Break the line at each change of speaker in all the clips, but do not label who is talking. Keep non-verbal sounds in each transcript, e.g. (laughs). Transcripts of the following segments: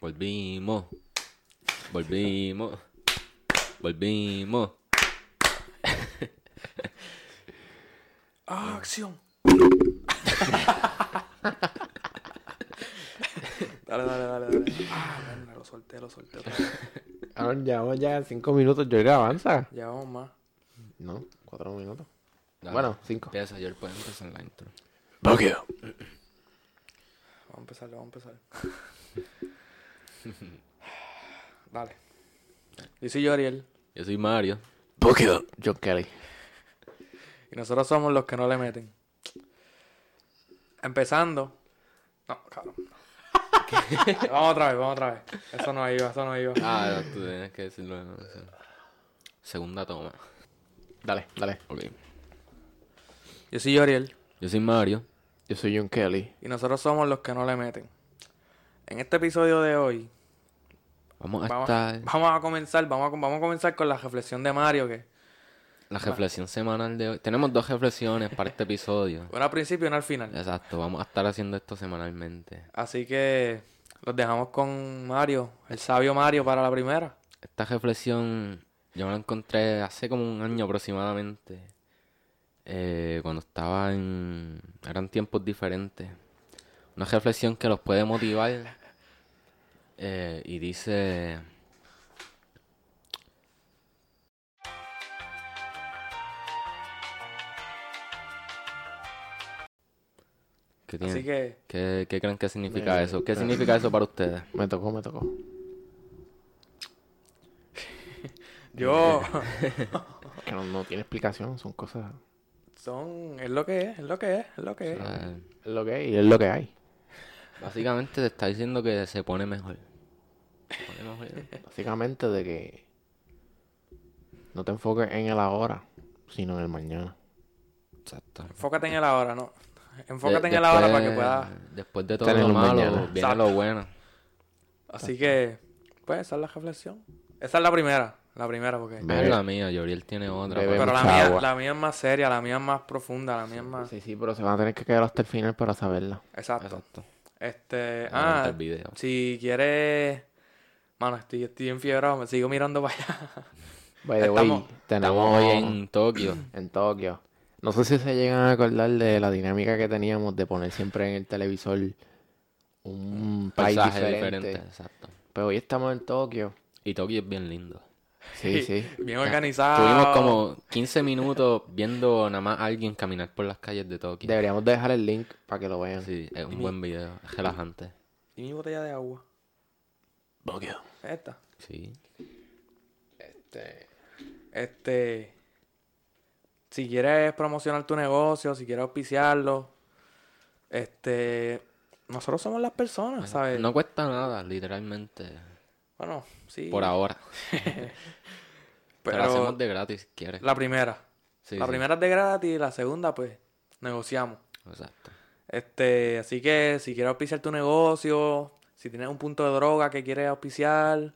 Volvimos. Volvimos. Volvimos.
Ah, ¡Acción! (laughs) dale, dale, dale, dale. Ah, mierda, lo solté, lo solté. otra vez.
Aaron, Ah, llevamos ya cinco minutos. Yo iré avanza.
Ya vamos más.
No, cuatro minutos.
Dale.
Bueno, cinco.
Empieza, yo puedo empezar la intro.
Vamos a empezar, vamos a (laughs) empezar. dale. Yo soy yo, Ariel.
Yo soy Mario.
John Kelly.
Y nosotros somos los que no le meten. Empezando. No, cabrón. (laughs) vamos otra vez, vamos otra vez. Eso no iba, eso no iba.
Ah, no, tú tienes que decirlo. no, no sé. Segunda toma.
Dale, dale.
Ok.
Yo soy yo, Ariel.
Yo soy Mario.
Yo soy John Kelly.
Y nosotros somos los que no le meten. En este episodio de hoy
Vamos a
Vamos,
estar.
vamos a comenzar, vamos a, com- vamos a comenzar con la reflexión de Mario, que
La reflexión semanal de hoy. Tenemos dos reflexiones para este
(laughs)
episodio.
una al principio y una al final.
Exacto, vamos a estar haciendo esto semanalmente.
Así que los dejamos con Mario, el sabio Mario para la primera.
Esta reflexión yo me la encontré hace como un año aproximadamente. eh, cuando estaba en... Eran tiempos diferentes. Una reflexión que los puede motivar. eh, y dice... ¿Qué, tiene-
Así que
¿Qué, qué creen que significa
Me-
eso? ¿Qué significa eso para ustedes?
Me tocó, me tocó.
yo
Que no, no tiene explicación, son cosas.
(laughs) son es lo que es, es lo que es, es lo que es.
Eh,
Es lo que hay y es lo que hay.
Básicamente te está diciendo que se pone mejor. Se pone mejor.
Básicamente de que no te enfoques en el ahora, sino en el mañana.
Exacto.
Enfócate en el ahora, no. Enfócate
De-
en el ahora
después-
para que puedas.
Después de todo
tener
lo
un
malo,
mañana.
viene
Exacto.
lo bueno. Ah,
Así que pues esa es la reflexión. Esa es la primera, la primera porque
Esa
Bebe-
es la mía, Yoriel tiene otra.
Bebe
pero-
pero la
mucha
mía,
agua.
la mía es más seria, la mía es más profunda, la mía es más
Sí, sí, pero se van a tener que quedar hasta el final para saberla.
Exacto.
Exacto.
Este,
Adelante
ah,
el video.
si quieres, mano, estoy, estoy enfiebrado, me sigo mirando para allá.
By the way,
Estamos-
tenemos
Estamos hoy en Tokio.
en Tokio. No sé si se llegan a acordar de la dinámica que teníamos de poner siempre en el televisor un país
Paisaje
diferente.
diferente. Exacto.
Pero hoy estamos en Tokio.
Y Tokio es bien lindo.
Sí, sí.
Bien organizado.
Tuvimos como 15 minutos viendo nada más a alguien caminar por las calles de Tokio.
Deberíamos dejar el link para que lo vean.
Sí, es un buen video. Es relajante.
¿Y mi botella de agua?
Tokio.
Esta.
Sí.
Este, si quieres promocionar tu negocio, si quieres auspiciarlo, este, nosotros somos las personas, ¿sabes?
No cuesta nada, literalmente.
Bueno, sí.
Por ahora. Pero...
Pero
hacemos de gratis si quieres.
la primera.
Sí,
la
sí,
primera es de gratis, la segunda, pues, negociamos.
Exacto.
Este, así que si quieres auspiciar tu negocio, si tienes un punto de droga que quieres auspiciar,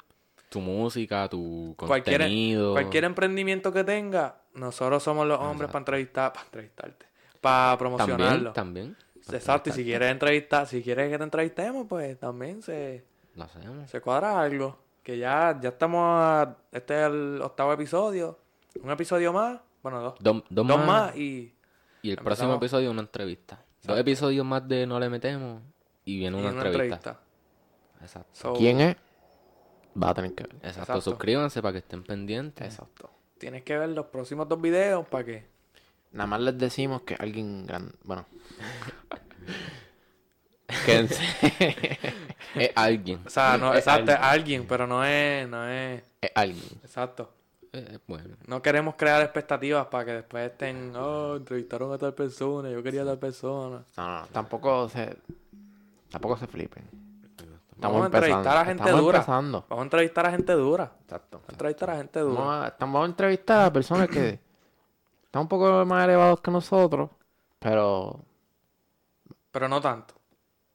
Tu música, tu
cualquier,
contenido.
cualquier emprendimiento que tenga, nosotros somos los hombres
Exacto.
para entrevistar, para entrevistarte, para promocionarlo.
También, también.
Exacto, y si quieres entrevistar, si quieres que te entrevistemos, pues también se,
Lo hacemos.
se cuadra algo. Que ya, ya estamos a, este es el octavo episodio, un episodio más, bueno dos,
Dos, dos
dos
más.
más y,
Y el
Empezamos.
próximo episodio, una entrevista. Dos episodios más de No le metemos. Y viene
y
una,
una
entrevista.
entrevista.
Exacto.
So,
¿Quién es? Va a tener que ver.
Exacto.
Exacto.
Suscríbanse para que estén pendientes.
Exacto.
Tienes que ver los próximos dos videos para que
Nada más les decimos que alguien grande. Bueno. Quédense. (laughs)
Es alguien.
O sea,
(laughs)
no,
Es
exacto, es alguien, pero no es, no es,
Es Eh, alguien.
exacto.
Eh, bueno.
No queremos crear expectativas para que después estén, oh, entrevistaron a tal persona, yo quería a tal persona.
No, no, no, Tampoco se. Tampoco se flipen.
Vamos a entrevistar a gente
Estamos
dura.
empezando.
Vamos a entrevistar a gente dura. Vamos
Exacto.
a entrevistar a gente
Vamos
dura.
a, estamos- vamos a entrevistar a personas que (coughs) están un poco más elevados que nosotros, pero.
Pero no tanto.
O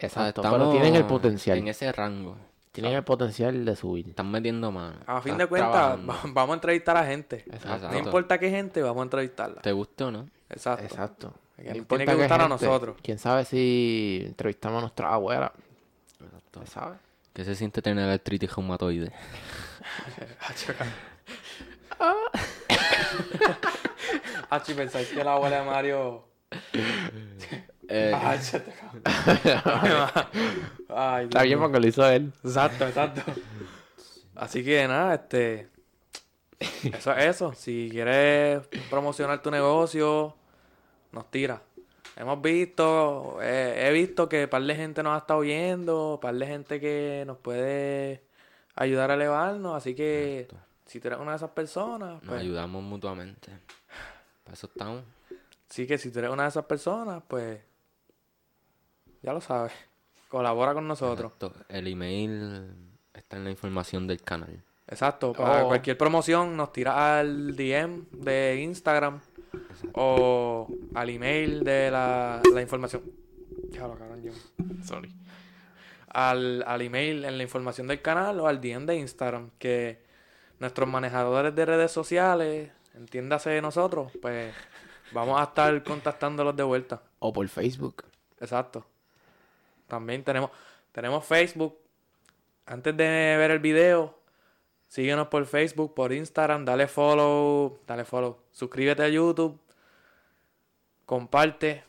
sea,
Exacto. pero
estamos
tienen el potencial.
En este ese rango.
Tienen el potencial de subir.
Están metiendo mano.
A fin
Estás
de cuentas,
trabajando.
va- vamos a entrevistar a gente.
Exacto.
No importa qué gente, vamos a entrevistarla.
¿Te gustó o no?
Exacto. (laughs)
Exacto.
Que
No
nos
importa
tiene que
qué
gustar a
gente.
nosotros.
Quién sabe (laughs) si entrevistamos a nuestra abuela.
Exacto.
¿Sabes?
¿Qué se siente tener artritis reumatoide?
(laughs) Hacho, y pensáis que la abuela de
(laughs)
Mario.
Eh,
Ay, chate, (laughs) cabrón. Ay,
Está
Dios mío.
bien porque lo hizo él.
Exacto, exacto. Así que nada, este. Eso es eso. Si quieres promocionar tu negocio, nos tira. Hemos visto, eh, he visto que par de gente nos ha estado viendo, par de gente que nos puede ayudar a elevarnos. Así que si tú eres una de esas personas,
nos
pues.
ayudamos mutuamente. Para eso estamos.
Sí, que si tú eres una de esas personas, pues. Ya lo sabes. (laughs) Colabora con nosotros.
Exacto. El email está en la información del canal.
Exacto, para
O-
cualquier promoción nos tira al DM de Instagram o al email de la, la información. Diablo, cabrón, yo.
Sorry.
Al, al email en la información del canal o al DM de Instagram. Que nuestros manejadores de redes sociales, entiéndase de nosotros, pues vamos a estar contactándolos de vuelta.
O por Facebook.
Exacto. También tenemos, tenemos Facebook. Antes de ver el video, síguenos por Facebook, por Instagram, dale follow, dale follow. Suscríbete a YouTube, comparte,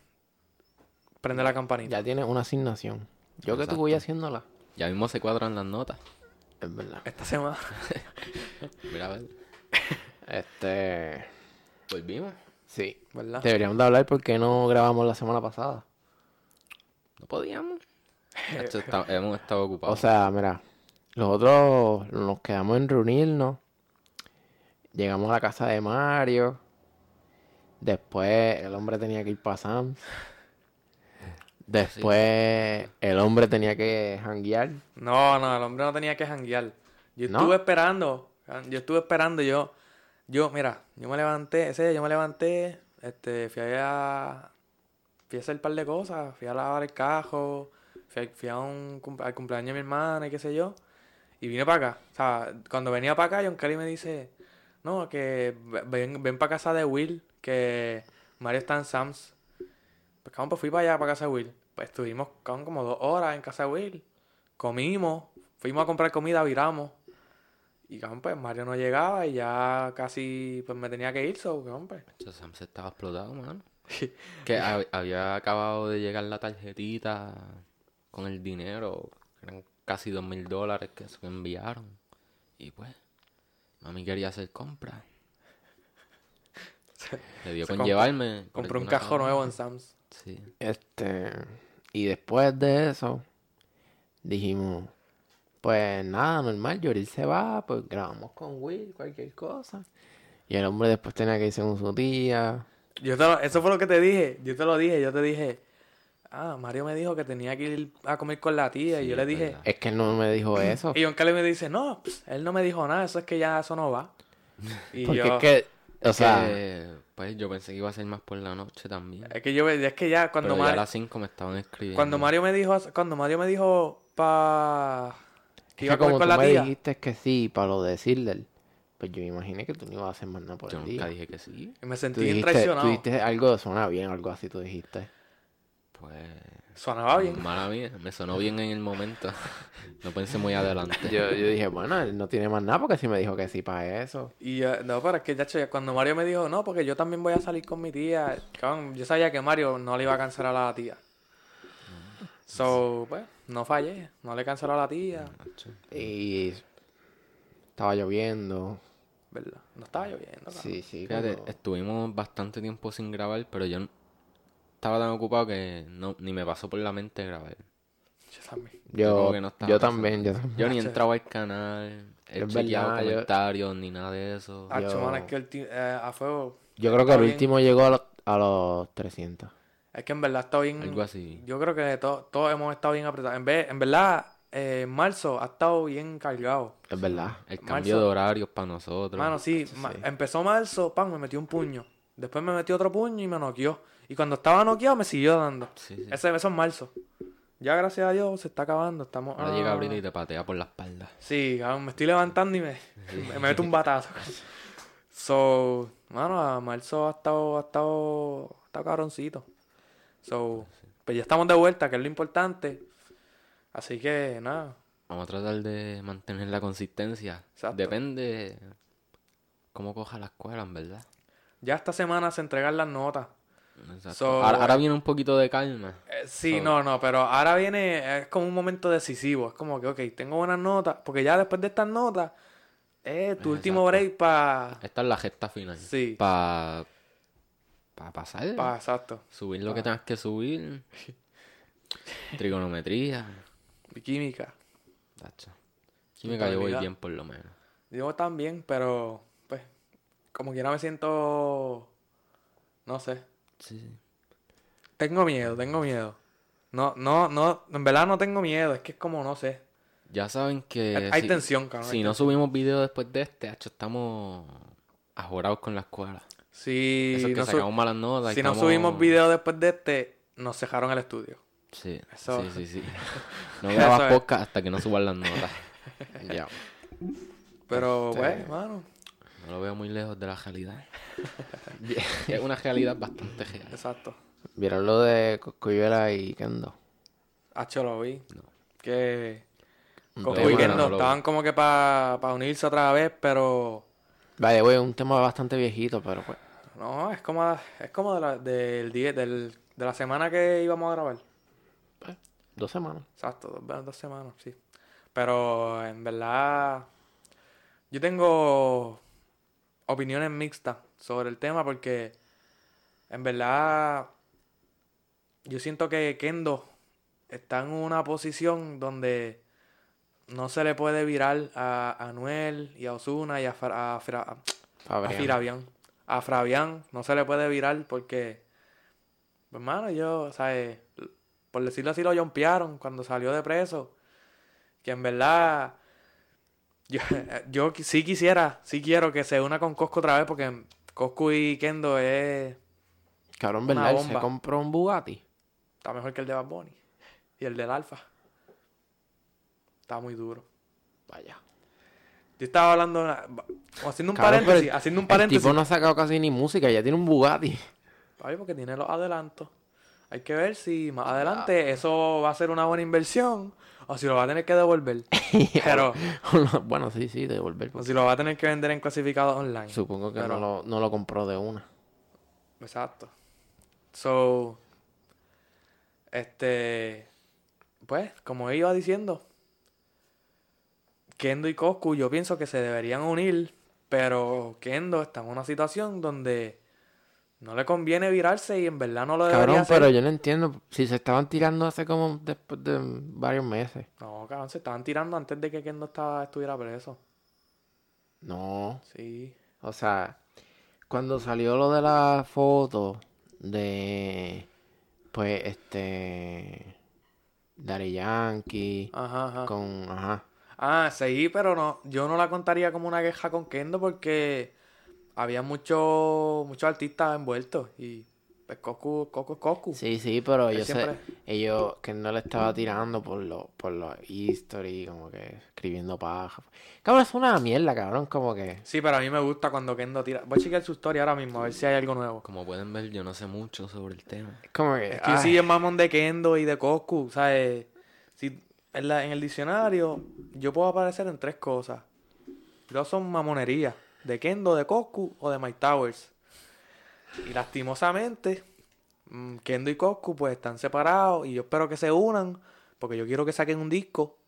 prende la campanita.
Ya tienes una asignación. Yo que
Exacto.
tú voy haciéndola.
Ya mismo se cuadran las notas.
Es verdad.
Esta semana. (laughs)
Mira, a ver.
Este.
Volvimos.
Sí.
¿Verdad?
Deberíamos de hablar porque no grabamos la semana pasada.
No podíamos. Esto está- hemos estado
O
ocupados.
sea, mira, nosotros nos quedamos en reunirnos. Llegamos a la casa de Mario. Después el hombre tenía que ir para Sam's. Después el hombre tenía que janguear.
No, no, el hombre no tenía que janguear. Yo
¿No?
estuve esperando, yo estuve esperando, yo, yo, mira, yo me levanté, ese día yo me levanté, este, fui a, fui a hacer un par de cosas, fui a lavar el cajo, fui, a- fui a un, cum- al cumpleaños de mi hermana y qué sé yo, y vine para acá. O sea, cuando venía para acá, John Kelly me dice, no, que ve- ven, ven para casa de Will, que Mario está en Sam's. Pues, cabrón, pues fui para allá, para casa de Will. Pues estuvimos, cabrón, como dos horas en casa de Will comimos, fuimos a comprar comida, viramos. Y cabrón, pues Mario no llegaba y ya casi pues me tenía que ir, so, cabrón, pues.
Chacho, Sam se estaba explotado,
(laughs)
mano. que hab- había acabado de llegar la tarjetita con el dinero. Eran casi dos mil dólares que se enviaron. Y pues, mami quería hacer compras. Le dio
Se
con
compró-
llevarme. por
Compré un
alguna razón.
cajo nuevo en Sam's.
Sí.
Este. Y después de eso, dijimos, pues nada, normal, Yoril se va, pues grabamos con Will, cualquier cosa. Y el hombre después tenía que irse con su tía.
Yo te lo- eso fue lo que te dije, yo te lo dije, yo te dije, ah, Mario me dijo que tenía que ir a comer con la tía y
Sí,
yo le
es
dije,
verdad.
Es que él no me dijo eso.
y John Kelly me dice, no, pss, él no me dijo nada, eso es que ya eso no
(laughs)
va. Y
Porque
yo,
es que, o sea,
Que, pues yo pensé que iba a ser más por la noche también.
es que yo, es que ya cuando
Pero ya a
Mario,
las 5 me estaban escribiendo.
cuando Mario me dijo, cuando Mario me dijo pa que
que
iba a comer
como
con
tú
la
me
tía.
dijiste que sí para lo de decirle, pues yo me imaginé que tú no ibas a hacer más nada por
Yo
el
nunca
día.
dije que sí.
Y me
Tú
sentí bien
dijiste, tú
traicionado.
dijiste algo, suena bien, algo así tú dijiste.
Pues.
Sonaba Ah, bien.
Mala mía, me sonó bien en el momento. (laughs) No pensé muy adelante.
Yo, yo dije, bueno, él no tiene más nada porque sí me dijo que sí para eso.
Y yo, no, pero es que ya cuando Mario me dijo, no, porque yo también voy a salir con mi tía. Cabrón, yo sabía que Mario no le iba a cancelar a la tía. So, pues, no fallé. No le canceló a la tía.
Nacho.
Y estaba lloviendo.
¿Verdad? No estaba lloviendo, cabrón.
Sí, sí.
Fíjate,
cuando-
estuvimos bastante tiempo sin grabar, pero yo n- estaba tan ocupado que no, ni me pasó por la mente grabar.
Yo también.
yo como
Yo,
que no estaba
yo
pasando.
también, yo también.
Yo ni he
Nacho.
entrado al canal, he
Es
chequeado
verdad, yo-
comentarios, ni nada de eso.
Ah,
Yo-
chumano, es que el ti- eh, a fuego.
Yo creo que
Está
el
bien.
último llegó a los, a los 300.
Es que en verdad está bien.
Algo así.
Yo creo que to- todos hemos estado bien apretados. En, vez, en verdad, eh, en marzo ha estado bien cargado.
Es verdad.
El cambio
Marzo-
de horarios para nosotros.
Mano, sí, ma- empezó marzo, pam, me metió un puño. Después me metió otro puño y me noqueó. Y cuando estaba noqueado, me siguió dando.
Sí, sí.
Ese, eso es marzo. Ya, gracias a Dios, se está acabando. Estamos.
Ahora
ah.
llega abril y te patea por la espalda.
Sí, cabrón, me estoy levantando y me, me meto un batazo. so, mano, a marzo ha estado, ha estado, ha estado cabroncito. So, pues ya estamos de vuelta, que es lo importante. Así que, nada,
Vamos a tratar de mantener la consistencia.
Exacto.
Depende cómo coja la escuela, en verdad.
Ya esta semana se entregan las notas.
Exacto.
So,
ahora,
eh,
ahora viene un poquito de calma.
Eh, sí,
So-
no, no, pero ahora viene, es como un momento decisivo. Es como que, ok, tengo buenas notas, porque ya después de estas notas, es tu
Eh,
último
exacto.
break para.
Esta es la gesta final.
Sí.
Para pa pasar.
Pa, exacto.
subir lo que
pa-
tengas que
(laughs)
subir. Trigonometría.
Química.
Tacho. Química yo voy
Contabilidad.
bien por lo menos.
Yo también, pero, pues, como quiera me siento. No sé.
Sí, sí.
Tengo miedo, tengo miedo. No, no, no, en verdad no tengo miedo, es que es como, no sé.
Ya saben que.
Hay- hay
si-
tensión, cabrón.
Si
hay
Eh, no
tensión.
subimos video después de este, hacho, estamos ajorados con la escuela.
Si
Eso es que
no, su-
sacamos malas notas. y
si no
estamos-
subimos video después de este, nos cerraron el estudio.
Sí,
Eso-
sí,
(laughs)
sí, sí. No
Eso
grabas
es.
podcast hasta que no subas las notas.
Ya.
Pero,
Este-
pues, mano,
No lo veo muy lejos de la
(laughs)
realidad. (laughs) es una realidad bastante real.
exacto.
¿Vieron lo de Coscuyuela y Kendo?
Hacho, lo vi.
No.
Que
Un
con
tema,
Weekend
no,
no,
no lo
estaban como que para unirse otra vez, pero
Vale, güey, un tema bastante viejito, pero pues.
no, es como, es como de la, del día, del, de la semana que íbamos a grabar.
Dos semanas.
Exacto, dos, ve- dos semanas, sí. Pero en verdad, yo tengo opiniones mixtas sobre el tema porque en verdad yo siento que Kendo está en una posición donde no se le puede virar a a Anuel y a Osuna y a, Fra- a Fra- a
Fabrián.
Firabián. A Fabián no se le puede virar porque, pues, hermano, yo, ¿sabes? Por decirlo así, lo jompearon cuando salió de preso. Que en verdad, (laughs) yo, yo qui- sí quisiera, sí quiero que se una con Cosco otra vez porque Cosco y Kendo es,
Cabrón,
Una
¿verdad? Él se
bomba.
compró un Bugatti.
está mejor que el de Bad Bunny y el del Alfa. Está muy duro.
Vaya.
Yo estaba hablando, una- haciendo un
Cabrón, pero
paréntesis, haciendo un paréntesis.
El tipo no ha sacado casi ni música, ya tiene un Bugatti. (laughs)
Papi, porque tiene los adelantos. Hay que ver si más adelante eso va a ser una buena inversión o si lo va a tener que devolver.
(laughs)
Pero,
bueno, sí, sí, devolver.
o
porque
si lo va a tener que vender en clasificado online.
Supongo que
Pero-
no, lo, no lo compró de una.
Exacto. So, este, pues, como iba diciendo, Kendo y Coscu yo pienso que se deberían unir, pero Kendo está en una situación donde no le conviene virarse y en verdad no lo debería
Cabrón,
hacer.
pero yo no entiendo. Si se estaban tirando hace como después de varios meses.
No, cabrón, se estaban tirando antes de que Kendo estaba, estuviera preso.
No.
Sí.
O sea, cuando salió lo de la foto de. Pues este. Daddy Yankee.
Ajá, ajá.
Con. Ajá.
Ah, sí, pero no, yo no la contaría como una queja con Kendo porque había muchos muchos artistas envueltos y pues Coscu, Coco es Coscu.
Sí, sí, pero
Él
yo sé.
siempre-
Ellos. Que no le estaba tirando por los por los history. Como que escribiendo paja. Cabrón, es una mierda, cabrón. Como que.
Sí, pero a mí me gusta cuando Kendo tira. Voy a chequear su historia ahora mismo, a ver si hay algo nuevo.
Como pueden ver, yo no sé mucho sobre el tema.
Como que.
Es que yo
ay,
soy el mamón de Kendo y de Coscu, ¿sabes? Si, en, la- en el diccionario yo puedo aparecer en tres cosas. Dos son mamonerías. De Kendo, de Coscu o de Mike Towers. Y lastimosamente, mm, Kendo y Coscu pues están separados y yo espero que se unan porque yo quiero que saquen un disco.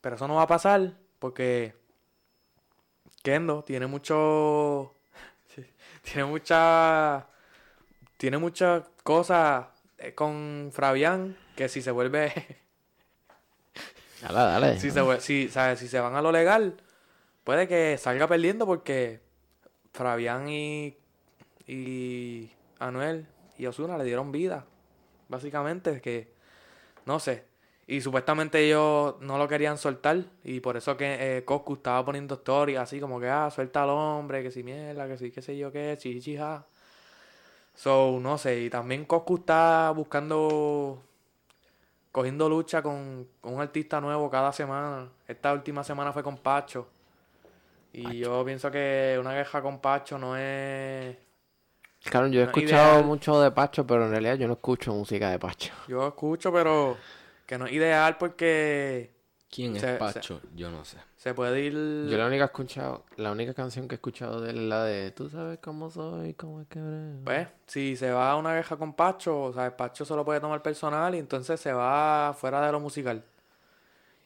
Pero eso no va a pasar porque Kendo tiene mucho... (laughs) Tiene mucha tiene muchas cosas eh, con Fabián que si se vuelve
Dale, dale.
si se vuel- si, ¿sabes? si se van a lo legal puede que salga perdiendo porque Fabián y y Anuel y Osuna le dieron vida básicamente que no sé y supuestamente ellos no lo querían soltar y por eso que eh, Coscu estaba poniendo stories así como que ah suelta al hombre que si mierda que si qué sé yo qué chichija So, no sé, y también Coscu está buscando, cogiendo lucha con, con un artista nuevo cada semana. Esta última semana fue con Pacho. Y yo pienso que una queja con Pacho no es...
Cabrón, yo he
No,
escuchado
ideal.
mucho de Pacho, pero en realidad yo no escucho música de Pacho.
Yo escucho, pero que no es ideal porque
¿Quién
Se-
es
se-
Pacho? Yo no sé.
Se puede ir.
Yo la única, he escuchado, la única canción que he escuchado de él es la de Tú sabes cómo soy, cómo es que brego".
Pues, si se va a una queja con Pacho, o sea, Pacho se lo puede tomar personal y entonces se va fuera de lo musical.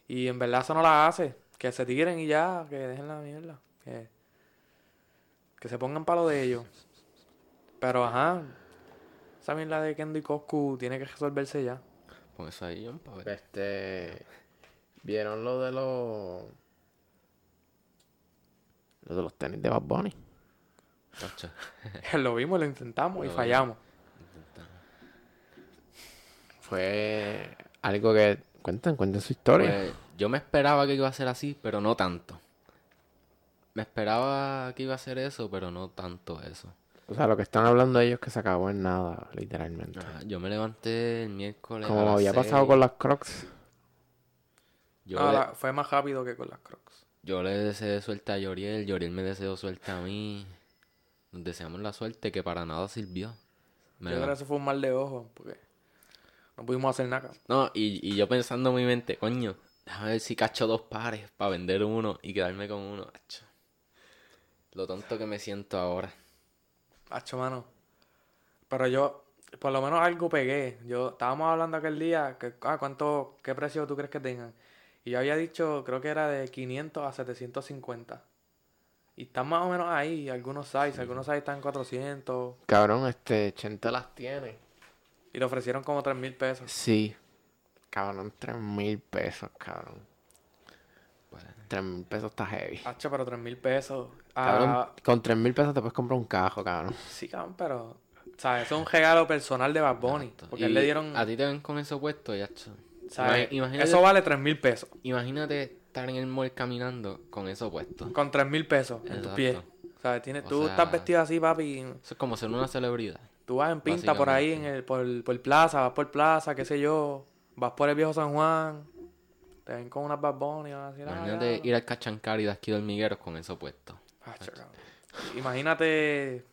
Y en verdad eso no la hace. Que se tiren y ya, que dejen la mierda. Que, que se pongan palo de ellos. Pero ajá, esa mierda de Kendo y Coscu tiene que resolverse ya. (laughs)
Pon eso ahí, John, pa' ver.
Este. ¿Vieron lo de los. Lo de los tenis de Bad Bunny?
Pacho.
lo vimos, lo intentamos y
Lo
fallamos.
Fue algo que. Cuenten, cuenten su historia.
Pues, yo me esperaba que iba a ser así, pero no tanto. Me esperaba que iba a ser eso, pero no tanto eso.
O sea, lo que están hablando ellos que se acabó en nada, literalmente.
Ajá, Yo me levanté el miércoles.
Como había pasado con las Crocs.
Yo,
No,
le,
Ah, la- fue más rápido que con las crocs.
yo le deseé suerte a Yoriel, Yoriel me deseó suerte a mí. Nos deseamos la suerte que para nada sirvió. Me
Yo creo que
levanté-
eso fue un mal de ojo, porque no pudimos hacer nada.
No, y, y yo pensando en mi mente, coño, déjame ver si cacho dos pares para vender uno y quedarme con uno. Acho. Lo tonto que me siento ahora.
Hacho, mano. Pero yo, por lo menos algo pegué. Yo, estábamos hablando aquel día, que, ah, ¿cuánto, qué precio tú crees que tengan? Y yo había dicho, creo que era de 500 a 750. Y están más o menos ahí, algunos size, algunos size están en 400.
Cabrón, este, Chente las tiene.
Y le ofrecieron como 3 mil pesos.
Sí. Cabrón, tres mil pesos, cabrón.
Para-
Tres mil pesos está heavy.
Hacho, pero 3 mil pesos.
Cabrón,
Ah,
con tres mil pesos te puedes comprar un cajo, cabrón.
sí, cabrón, pero... O sea, eso es un regalo personal de Bad Bunny.
Y
Porque él le dieron...
A ti te ven con eso puesto y acho.
¿sabes?
Ima- Imagínate,
Eso vale 3 mil pesos.
imagínate estar en el mall caminando con eso puesto.
Con 3 mil pesos en tus
Exacto.
pies. ¿Sabes? Tienes,
O
tú
sea-
estás vestido así, papi. y-
Eso es como ser una celebridad.
Tú vas en pinta por ahí, en el, por, por plaza, vas por plaza, qué sé yo. Vas por el viejo San Juan. Te ven con unas Bad Bunny, van a decir, "Ah,
Imagínate
ya".
ir al Cachancari de aquí de Hormigueros con eso puesto.
Ah, chaval. Imagínate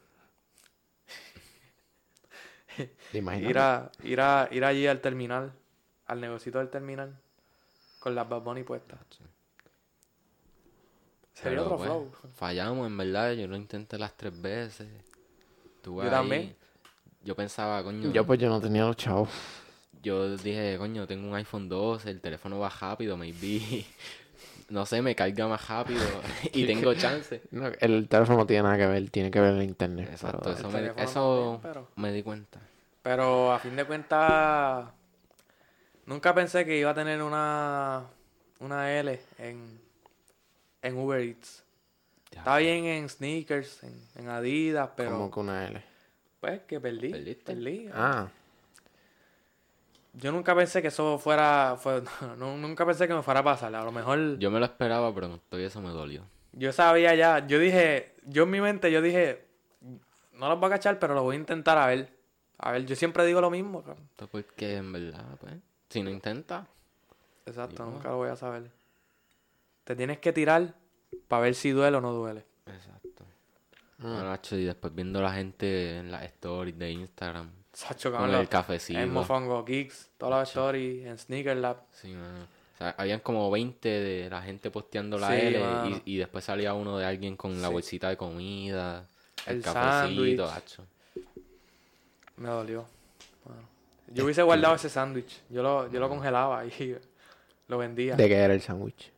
¿Te imaginas?
ir, a, ir, a, ir allí al terminal, al negocito del terminal, con las Bad Bunny puestas. Sería
Pero,
otro
pues,
flow.
Fallamos, en verdad. Yo lo intenté las tres veces. Tú
Yo
ahí-
también.
Yo pensaba, coño.
Yo pues yo no tenía los chavos.
Yo dije, coño, tengo un iPhone 12, el teléfono va rápido, maybe. (laughs) No sé, me carga más
(laughs)
rápido y tengo chance.
No, el teléfono no tiene nada que ver, tiene que ver el internet.
Exacto,
pero-
eso,
el
me,
teléfono
pues, eso
también, pero-
me di cuenta.
Pero a fin de cuentas, nunca pensé que iba a tener una, una L en, en Uber Eats.
Ya,
Está bien en sneakers, en, en Adidas, pero
Como que una L.
pues que perdí.
¿Perdiste?
Perdí.
Ah,
Yo nunca pensé que eso fuera, fue- (laughs) no, nunca pensé que me fuera a pasar. A lo mejor yo,
Yo me lo esperaba, pero no, todavía eso me dolió.
sabía ya, yo dije, yo en mi mente, yo dije, no los voy a cachar, pero lo voy a intentar a ver. A ver, yo siempre digo lo mismo. cabrón.
Esto porque en verdad, pues, si no intenta,
Exacto,
Yo no.
nunca lo voy a saber. Te tienes que tirar para ver si duele o no duele. (laughs)
exacto.
Ah.
Bueno, macho, y después viendo la gente en las stories de Instagram,
Sacho,
con
cabrón.
el
los- En
cafecito.
Mofongo Geeks, todas las stories, en Sneaker Lab.
Sí, mano. O sea, habían como 20 de la gente posteando la
Sí,
L y-
mano.
y, después salía uno de alguien con la
Sí.
bolsita de comida, el,
El sándwich.
cafecito, hacho.
Me dolió. Bueno, Yo hubiese guardado ese sándwich. Yo lo, yo lo congelaba y (laughs) lo vendía.
¿de qué era el sándwich?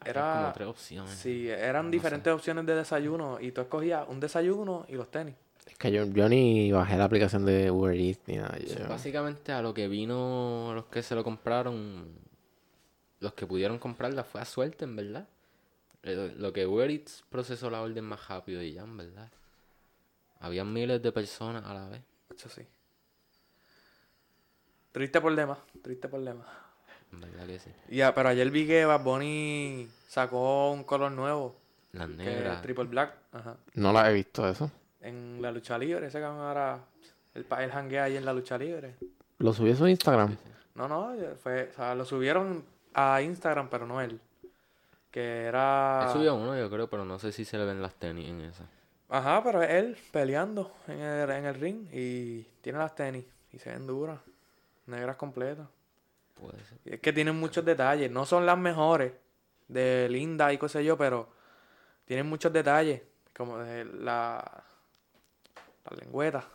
Habían como
Era.
tres opciones.
Sí, eran
No
diferentes opciones de desayuno y tú escogías un desayuno y los tenis.
Es que yo, yo ni bajé la aplicación de Uber Eats ni nada.
Eso es
yo-
Básicamente a lo que vino los que se lo compraron, los que pudieron comprarla fue a suerte, en verdad. Eh, Lo que Uber Eats procesó la orden más rápido y ya, en verdad. Habían miles de personas a la vez.
Eso sí. Triste problema, triste problema.
En verdad que sí.
Ya, pero ayer vi que Bad Bunny sacó un color nuevo,
Las
que es
negras.
Triple Black. Ajá.
No la he visto eso.
En la lucha libre, ese cabrón ahora. El, pa- él janguea ahí en la lucha libre.
Lo subí a su Instagram.
No, no, eh, fue, o sea, lo subieron a Instagram, pero no él. Que era.
Él subió uno, yo creo, pero no sé si se le ven las tenis en esa.
Ajá, pero es él peleando en el, en el ring y tiene las tenis y se ven duras, negras completas.
Puede ser.
Y Es que tienen muchos detalles. No son las mejores de Linda y qué sé yo, pero tienen muchos detalles. Como de la, la lengüeta.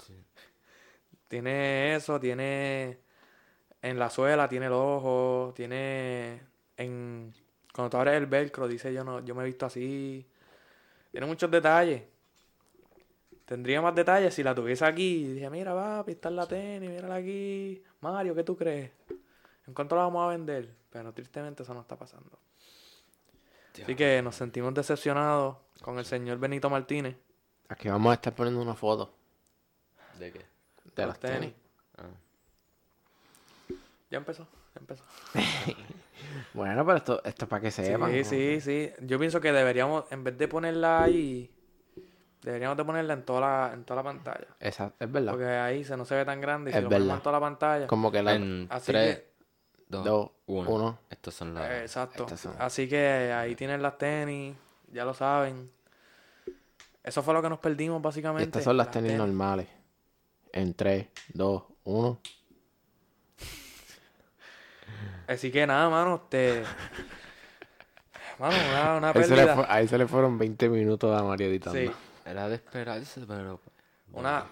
Tiene eso, tiene en la suela, tiene el ojo, tiene en... Cuando tú abres el velcro, dice yo no, yo me he visto así. Tiene muchos detalles. Tendría más detalles si la tuviese aquí. Y dije, mira, papi, está en la tenis, mírala aquí. Mario, ¿qué tú crees? ¿En cuánto la vamos a vender? Pero tristemente eso no está pasando. Así que nos sentimos decepcionados con el señor Benito Martínez.
Aquí vamos a estar poniendo una foto
¿De qué?
de
Los
los
tenis.
tenis.
Ah.
Ya empezó, ya empezó.
Bueno, pero esto, esto es para que
Sí,
sepan. ¿no?
sí, sí. Yo pienso que deberíamos, en vez de ponerla ahí, deberíamos de ponerla en toda la, en toda la pantalla.
Esa- es verdad.
Porque ahí se no se ve tan grande y si
Es
lo ponemos
verdad.
en toda la pantalla.
Como que la...
En
Así
3,
que-
2,
Dos,
1.
uno.
Estos son las.
Eh, Exacto.
estas son-
Así que ahí tienen las tenis, ya lo saben. Eso fue lo que nos perdimos
y
básicamente.
estas son las tenis normales. En 3, 2, 1.
Así que nada, mano, te... Mano, una, una
Ahí se, le
pérdida.
fue- ahí se le fueron 20 minutos a Mario editando.
Sí,
Era de esperarse, pero.
una...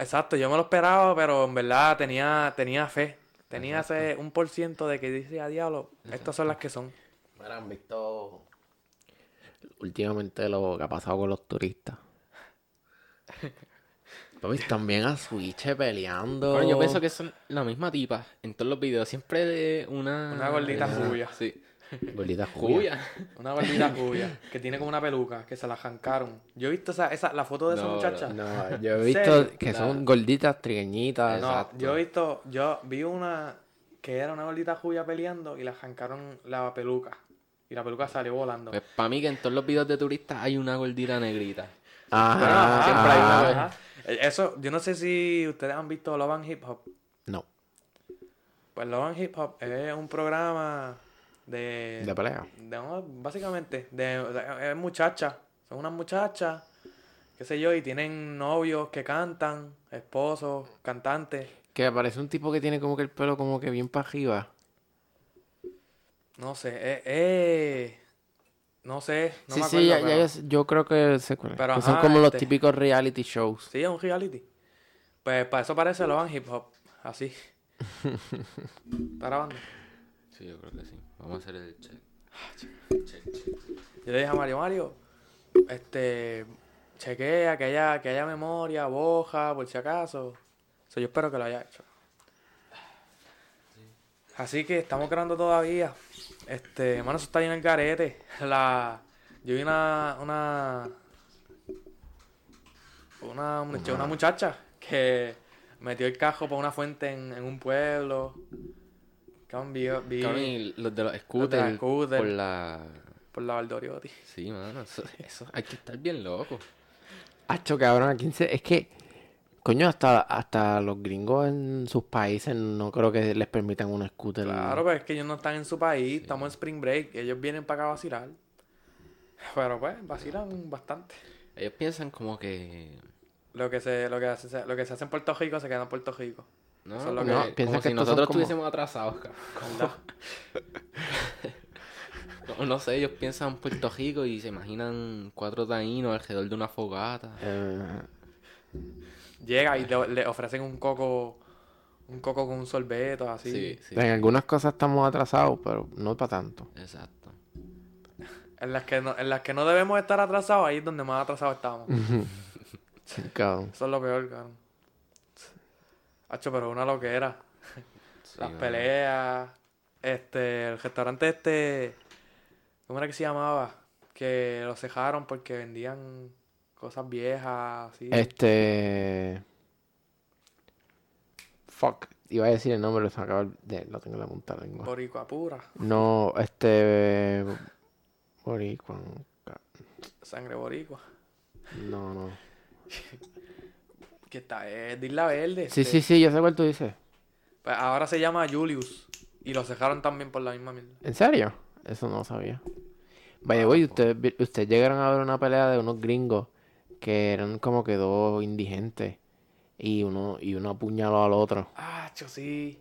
Exacto, yo me lo esperaba, pero en verdad tenía, tenía fe. Tenía ese un por ciento de que dice a diablo, estas son las que son.
Mira, han visto últimamente lo que ha pasado con los turistas. Papi, están bien a Switch peleando.
Bueno, yo pienso que son la misma tipa en todos los videos. Siempre de una.
Una gordita
de-
rubia.
Sí.
Gordita Julia.
Rubia.
Una gordita rubia que tiene como una peluca, que se la arrancaron. Yo he visto esa, esa, la foto de esa
No,
muchacha.
No, yo he
¿En
visto
serio?
que
La-
son gorditas, trigueñitas.
No,
exacto.
yo he visto, yo vi una que era una gordita rubia peleando y le arrancaron la peluca. Y la peluca salió
(laughs)
volando.
Pues para mí que en todos los videos de turistas hay una gordita negrita.
Ajá,
Pero, ajá,
siempre hay una
ajá.
vez.
ajá. Eh, Eso, yo no sé si ustedes han visto Love and Hip Hop.
No,
Pues Love and Hip Hop es un programa de...
de pelea.
de- no, básicamente, de, de- es muchacha. Son unas muchachas, qué sé yo, y tienen novios que cantan, esposos, cantantes.
Que aparece un tipo que tiene como que el pelo como que bien para arriba.
No sé, eh, eh, no sé, no
sí,
me acuerdo.
sí, ya- ya
pero-
yo sé- yo creo que sé cuál es,
Pero
que son
ajá,
como los
este-
típicos reality shows.
Sí, es un reality. Pues para eso parece lo van hip hop.
(laughs)
Así. Está grabando.
Sí, yo creo que sí. Vamos a hacer el check.
Yo le dije a Mario, Mario, este, chequea que haya, que haya memoria, boja, por si acaso. So, yo espero que lo haya hecho. Así que estamos creando todavía. Este, hermano, eso está bien el garete. (laughs) La, yo vi una, una, una, much- una muchacha que metió el cajo por una fuente en, en un pueblo. Cambió, vi
Cabrón, y los de los scooters.
scooters.
Por la.
por la Valdoriotti.
Sí, mano. Eso, eso- hay que estar bien loco.
Hacho, cabrón, a 15. Es que, coño, hasta, hasta los gringos en sus países no creo que les permitan un scooter.
Claro, pero es que ellos no están en su país, estamos en Spring Break, ellos vienen para acá a vacilar. Pero pues, vacilan bastante.
Ellos piensan como que.
Lo que se, lo que hace, lo que se hace en Puerto Rico se queda en Puerto Rico.
No,
Eso es lo
como
que-
que-
piensan
como si
que estos son
nosotros
como-
estuviésemos atrasados, cabrón.
¿Verdad?
(laughs) No, no sé, ellos piensan en Puerto Rico y se imaginan cuatro taínos alrededor de una fogata.
Eh,
Llega y le, le ofrecen un coco, un coco con un sorbeto, así.
Sí, sí.
En algunas cosas estamos atrasados, pero no para tanto.
Exacto.
En las que no, en las que no debemos estar atrasados, ahí es donde más atrasados estamos.
Sí, cabrón.
Eso es lo peor, cabrón. Hacho, pero una loquera.
Sí,
Las
mano.
peleas. Este, el restaurante este. ¿Cómo era que se llamaba? Que lo cejaron porque vendían cosas viejas, así.
Este. Fuck. Iba a decir el nombre, lo, se me acaba de... lo tengo en la punta de la lengua.
Boricua pura,
No, este. Boricua.
sangre boricua.
No, no.
Que está, es de Isla Verde.
Sí,
este.
sí, sí, yo sé cuál tú dices.
Pues ahora se llama Julius. Y lo cejaron también por la misma mierda.
¿En serio? Eso no lo sabía. By the way, ustedes, vi- ustedes llegaron a ver una pelea de unos gringos que eran como que dos indigentes y uno, y uno apuñaló al otro.
Ah, cho, sí.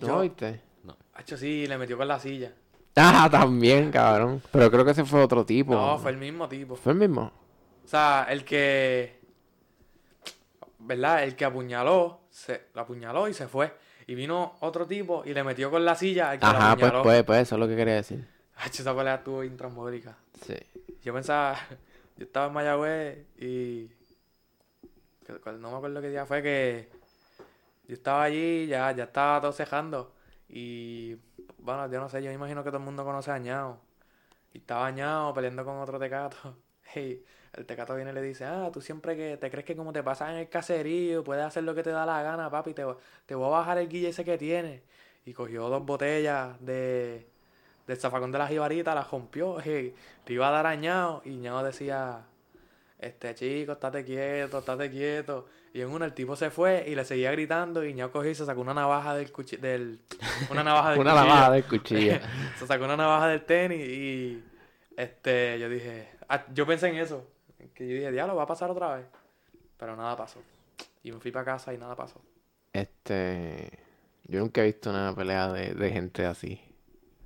¿No
Yo-
viste? (laughs)
No.
Hacho, sí, le metió con la silla.
Ah, también, cabrón. Pero creo que ese fue otro tipo.
No, fue el mismo tipo.
¿Fue el mismo.
O sea, el que. ¿Verdad? El que apuñaló, se lo apuñaló y se fue. Y vino otro tipo y le metió con la silla al que lo
Ajá, pues,
apuñaló.
pues, pues, eso es lo que quería decir.
Hacho, esa pelea estuvo intrambólica.
Sí.
Yo pensaba, (laughs) yo estaba en Mayagüez y que- cual- no me acuerdo qué día fue que yo estaba allí, ya, ya estaba todo cejando y bueno, yo no sé, yo me imagino que todo el mundo conoce a Ñao. Y estaba Ñao peleando con otro tecato. (laughs) Y el tecato viene y le dice, ah, tú siempre que te crees que como te pasas en el caserío, puedes hacer lo que te da la gana, papi, te, vo- te voy a bajar el guille ese que tienes. Y cogió dos botellas de, del zafacón de la jibarita, las rompió, (laughs) y le iba a dar a Ñao, y Ñao decía, este chico, estate quieto, estate quieto. Y en una el tipo se fue y le seguía gritando, y Ñao cogió y se sacó una navaja del cuchillo, del, una navaja del
(laughs) Una
cuchillo.
lavada del cuchillo.
(laughs) se sacó una navaja del tenis y este yo dije ah, yo pensé en eso que yo dije diablo va a pasar otra vez pero nada pasó y me fui para casa y nada pasó
Este. Yo nunca he visto una pelea de, de gente así.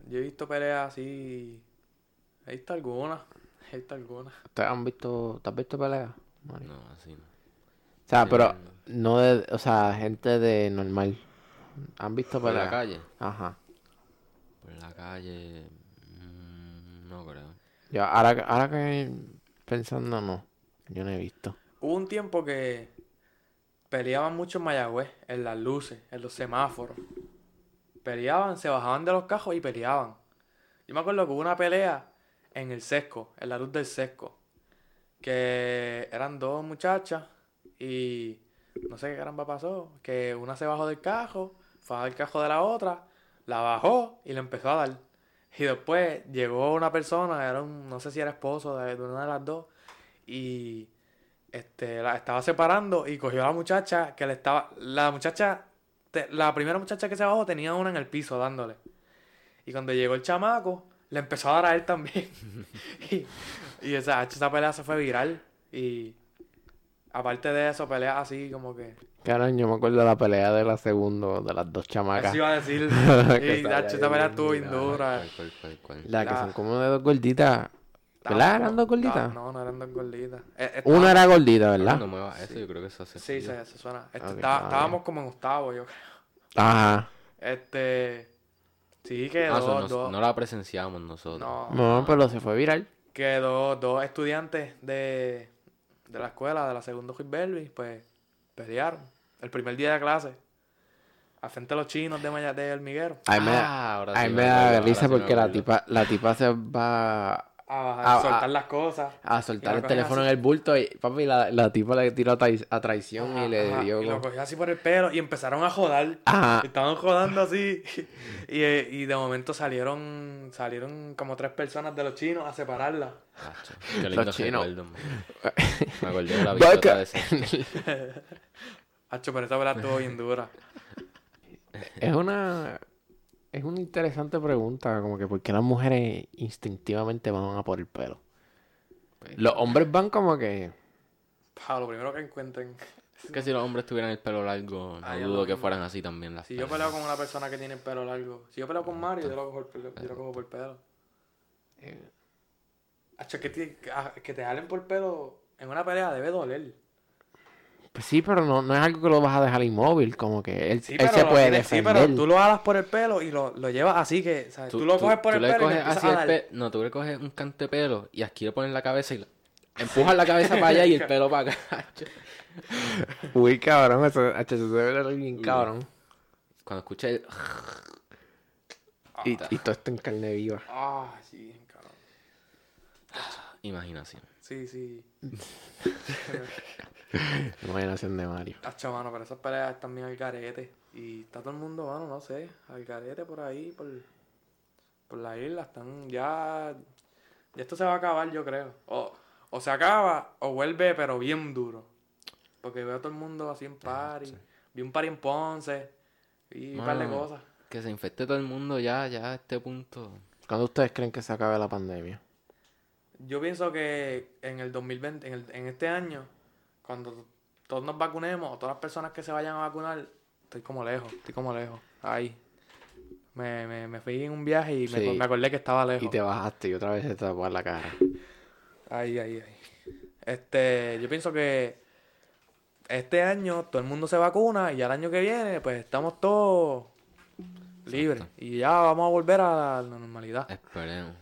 yo he visto peleas así he visto algunas he visto algunas
¿Ustedes han visto. ¿Te has visto peleas? Mari?
No, así no.
O sea,
Sí,
pero.
no.
No de. O sea, gente de normal. ¿Han visto
¿Por la
peleas?
calle?
Ajá.
Por la calle. mm, No creo.
Yo ahora, que- ahora que. Pensando, no. Yo no he visto.
hubo un tiempo que peleaban mucho en Mayagüez en las luces en los semáforos peleaban se bajaban de los cajos y peleaban yo me acuerdo que hubo una pelea en el sesco, en la luz del sesco. Que eran dos muchachas y no sé qué caramba pasó. Que una se bajó del cajo, fue al cajo de la otra, la bajó y le empezó a dar. Y después llegó una persona, era un, no sé si era esposo de, de una de las dos, y este, la estaba separando y cogió a la muchacha que le estaba. La muchacha, te- la primera muchacha que se bajó tenía una en el piso dándole. Y cuando llegó el chamaco, le empezó a dar a él también. (laughs) y, y esa, esa pelea se fue viral. Y aparte de eso, peleas así como que.
Cabrón, yo me acuerdo de la pelea de la segunda, de las dos chamacas.
Eso iba a
(laughs)
decir.
Que
y Nacho,
salga bien
esta pelea estuvo bien
Ajá,
dura.
cual, cual, cual, cual.
La que
La-
son como de dos gorditas. ¿Verdad? ¿Eran dos gorditas?
No, no eran dos gorditas. Eh, eh,
Una era gordita,
No,
¿verdad?
no muevas eso, yo creo que eso hace
Sí,
ruido.
se, se suena. Este,
Ok,
está-
ah,
estábamos como en octavo, yo creo.
Ajá.
Este. Sí, que
Ah,
dos,
eso no,
dos.
no la presenciamos nosotros.
no.
No, pero se fue viral.
que dos, dos estudiantes de, de la escuela, de la segunda Gilberby, pues pelearon el primer día de clase al frente de los chinos de, Maya, de Hormiguero.
A mí me da,
Ah, ahora
a
sí
mí
me
me da
acuerdo, ahora
risa
sí me
porque la
acuerdo.
tipa, la tipa se va
A,
Ah,
soltar
ah.
las cosas.
a
Y
soltar
lo
el
cogen
teléfono
así.
en el bulto y papi, la, la tipa le tiró a, trai- a traición
Ajá,
y le
ajá,
dio Ah.
y lo
como-
cogió así por el pelo y empezaron a jodar.
Ajá.
Estaban jodando así. (laughs) Y, eh, y de momento salieron salieron como tres personas de los chinos a separarla.
Tacho, Qué lindo
Los chinos.
recuerdo,
(laughs)
man. Me acordé de la
Vaca.
bichota de ese.
Hacho, pero esa pelea estuvo bien
(laughs)
dura.
Es una es una interesante pregunta, como que por qué las mujeres instintivamente van a por el pelo.
Pues
Los hombres van como que
Pa, lo primero que encuentren.
Es que si los hombres tuvieran el pelo largo, no
Ah, yo
dudo
lo
que
mismo.
fueran así también las
Si yo peleo
peleas.
con una persona que tiene el pelo largo, si yo peleo con Mario, yo lo cojo, el pelo- yo lo cojo por el pelo.
Eh.
Hacho, que te, ah, que te jalen por pelo en una pelea debe doler.
pues sí, pero no, no es algo que lo vas a dejar inmóvil, como que él,
Sí,
él
pero,
se
lo
puede
tienes- sí,
defender.
pero tú lo jalas por el pelo y lo, lo llevas así que, ¿sabes? Tú, lo coges por
tú
el
le
pelo y
coges
le empiezas
así
a
el
dar.
pe- No, tú le coges un cante de pelo y aquí le pones la cabeza y la- empujas la cabeza para allá y el pelo para acá. (laughs) tacho.
Uy, cabrón, eso, hacho, eso se ve bien cabrón.
Cuando escuché el-
Y, y todo esto en carne viva.
Ah, sí, cabrón.
imaginación.
Sí, sí.
(laughs) Imaginación de Mario.
Hacho, mano, pero esas peleas están bien al garete. Y está todo el mundo, mano, no sé, al garete por ahí, por, por la isla. Están ya... Ya esto se va a acabar, yo creo. O, o se acaba o vuelve, pero bien duro. Porque veo a todo el mundo así en party. Vi un party en Ponce. Y un par de
Mano.
cosas.
Que se infecte todo el mundo ya, ya a este punto.
¿Cuándo ustedes creen que se acabe la pandemia?
Yo pienso que en el 2020, en, el- en este año, cuando todos nos vacunemos, o todas las personas que se vayan a vacunar, estoy como lejos, estoy como lejos. Ahí. Me, me, me fui en un viaje y me,
Sí.
me acordé que estaba lejos.
Y te bajaste y otra vez te tapó en la cara.
Ay, ay, ay. Este, yo pienso que este año todo el mundo se vacuna y al año que viene, pues estamos todos libres. Y ya vamos a volver a la normalidad.
Eh.
Esperemos.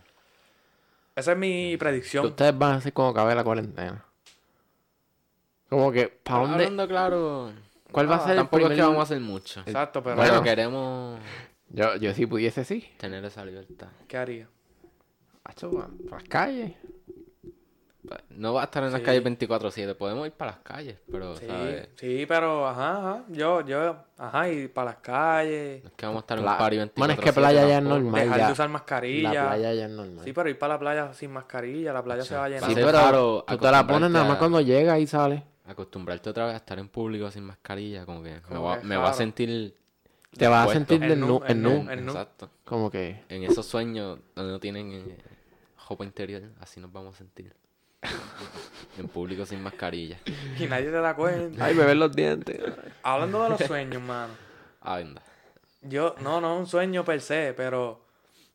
Esa es mi predicción.
Ustedes van a hacer como cabe la cuarentena. Como que, ¿para dónde?
Hablando claro,
¿Cuál va a
Ah,
ser el
tampoco es
primer
que vamos a hacer mucho.
Exacto, pero
Pero
Bueno.
queremos
Yo, yo si pudiese, sí.
tener esa libertad.
¿qué haría?
Hacho, pa- pa' las calles.
No va a estar en las
Sí.
calles 24-7, podemos ir para las calles, pero,
Sí,
¿sabes?
sí, pero ajá, ajá. Yo, yo, ajá, y para las calles,
No es que vamos a estar en
Pla-
un party 24-7.
Bueno, es que playa ya es
tampoco.
normal.
dejar
ya.
de usar
La
mascarilla.
playa ya es normal.
Sí, pero ir para la playa sin mascarilla, la playa se va a llenar.
Sí,
Va a ser
pero
raro
tú te la pones nada
acostumbrarte
más
a-
cuando llegas y sales.
Acostumbrarte otra vez a estar en público sin mascarilla, como que me
Como
voy,
que
a-
es
me voy a
raro.
sentir...
Te vas a
Puesto.
sentir
El nu-
desnudo.
el
desnudo.
nu- en nu-
Exacto.
Como que.
En esos sueños donde no tienen eh, ropa interior, así nos vamos a
(laughs)
sentir. en público sin mascarilla.
Y nadie te da cuenta.
Ay, me ven los dientes.
Hablando de los sueños, mano.
Ah, anda.
Yo, no, no es un sueño per se, pero,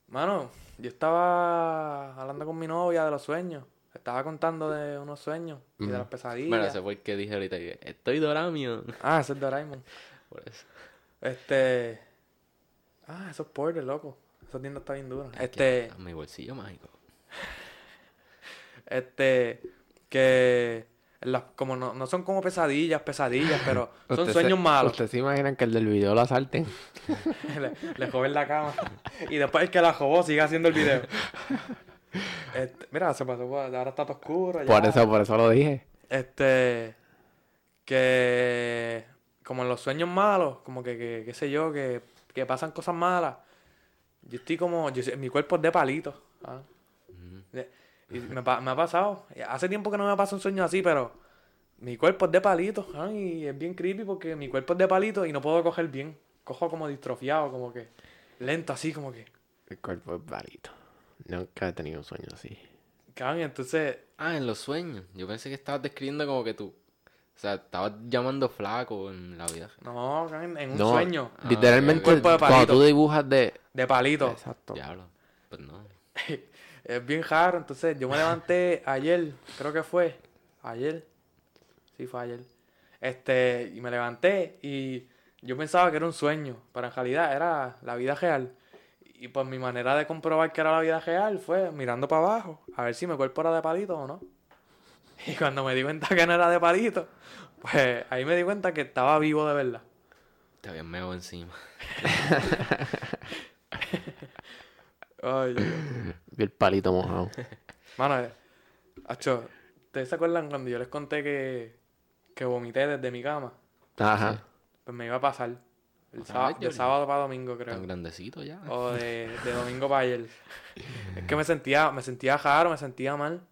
mano, yo estaba hablando con mi novia de los sueños. Estaba contando de unos sueños y de las pesadillas.
Bueno, ese fue el que dije ahorita. que Estoy doramio.
Ah, ese es Doraemon.
(laughs) Por eso.
Este. Ah, eso es Porter, loco. Esa tienda está bien dura.
Aquí
Este,
está Mi bolsillo mágico.
este, que. las- como no, no son como pesadillas, pesadillas, pero son
(laughs) Usted
sueños
se-
malos.
Ustedes se imaginan que el del video lo asalten.
(laughs) le, le joven la cama. Y después el que la jobó sigue haciendo el
(laughs)
video. Este, mira, se pasó, por- ahora está todo oscuro. ya.
Por eso, por eso lo dije.
Este. Que. Como en los sueños malos, como que, que qué sé yo, que, que pasan cosas malas. Yo estoy como. yo sé- mi cuerpo es de palito. ¿ah? De- y me, pa- me ha pasado. Hace tiempo que no me pasa un sueño así, pero. Mi cuerpo es de palito. ¿ah? Y es bien creepy porque mi cuerpo es de palito y no puedo coger bien. Cojo como distrofiado, como que. Lento, así, como que.
El cuerpo es varito. Nunca he tenido un sueño así.
Cabrón, entonces.
Ah, en los sueños. Yo pensé que estabas describiendo como que tú. O sea, estabas llamando flaco en la vida.
No, cabrón, en un
No,
sueño.
Literalmente,
ok, ok.
Cuerpo de
cuando
palito.
tú dibujas de.
De palito.
Exacto.
Diablo. Pues no.
Es bien raro, entonces yo me levanté ayer, creo que fue, ayer, sí fue ayer, este, y me levanté y yo pensaba que era un sueño, pero en realidad era la vida real. Y pues mi manera de comprobar que era la vida real fue mirando para abajo, a ver si mi cuerpo era de palito o no. (laughs) Y cuando me di cuenta que no era de palito, pues ahí me di cuenta que estaba vivo de verdad.
Te habían meado encima.
Ay, Dios.
Vi el palito mojado.
Mano, eh, acho, ¿ustedes se acuerdan cuando yo les conté que, que vomité desde mi cama?
Ajá.
Pues me iba a pasar. El
Otra
sábado,
vez,
de
Yuri.
sábado para domingo,
Tan
creo.
grandecito ya.
O de, de domingo para ayer. Es que me sentía, me sentía raro, me sentía mal.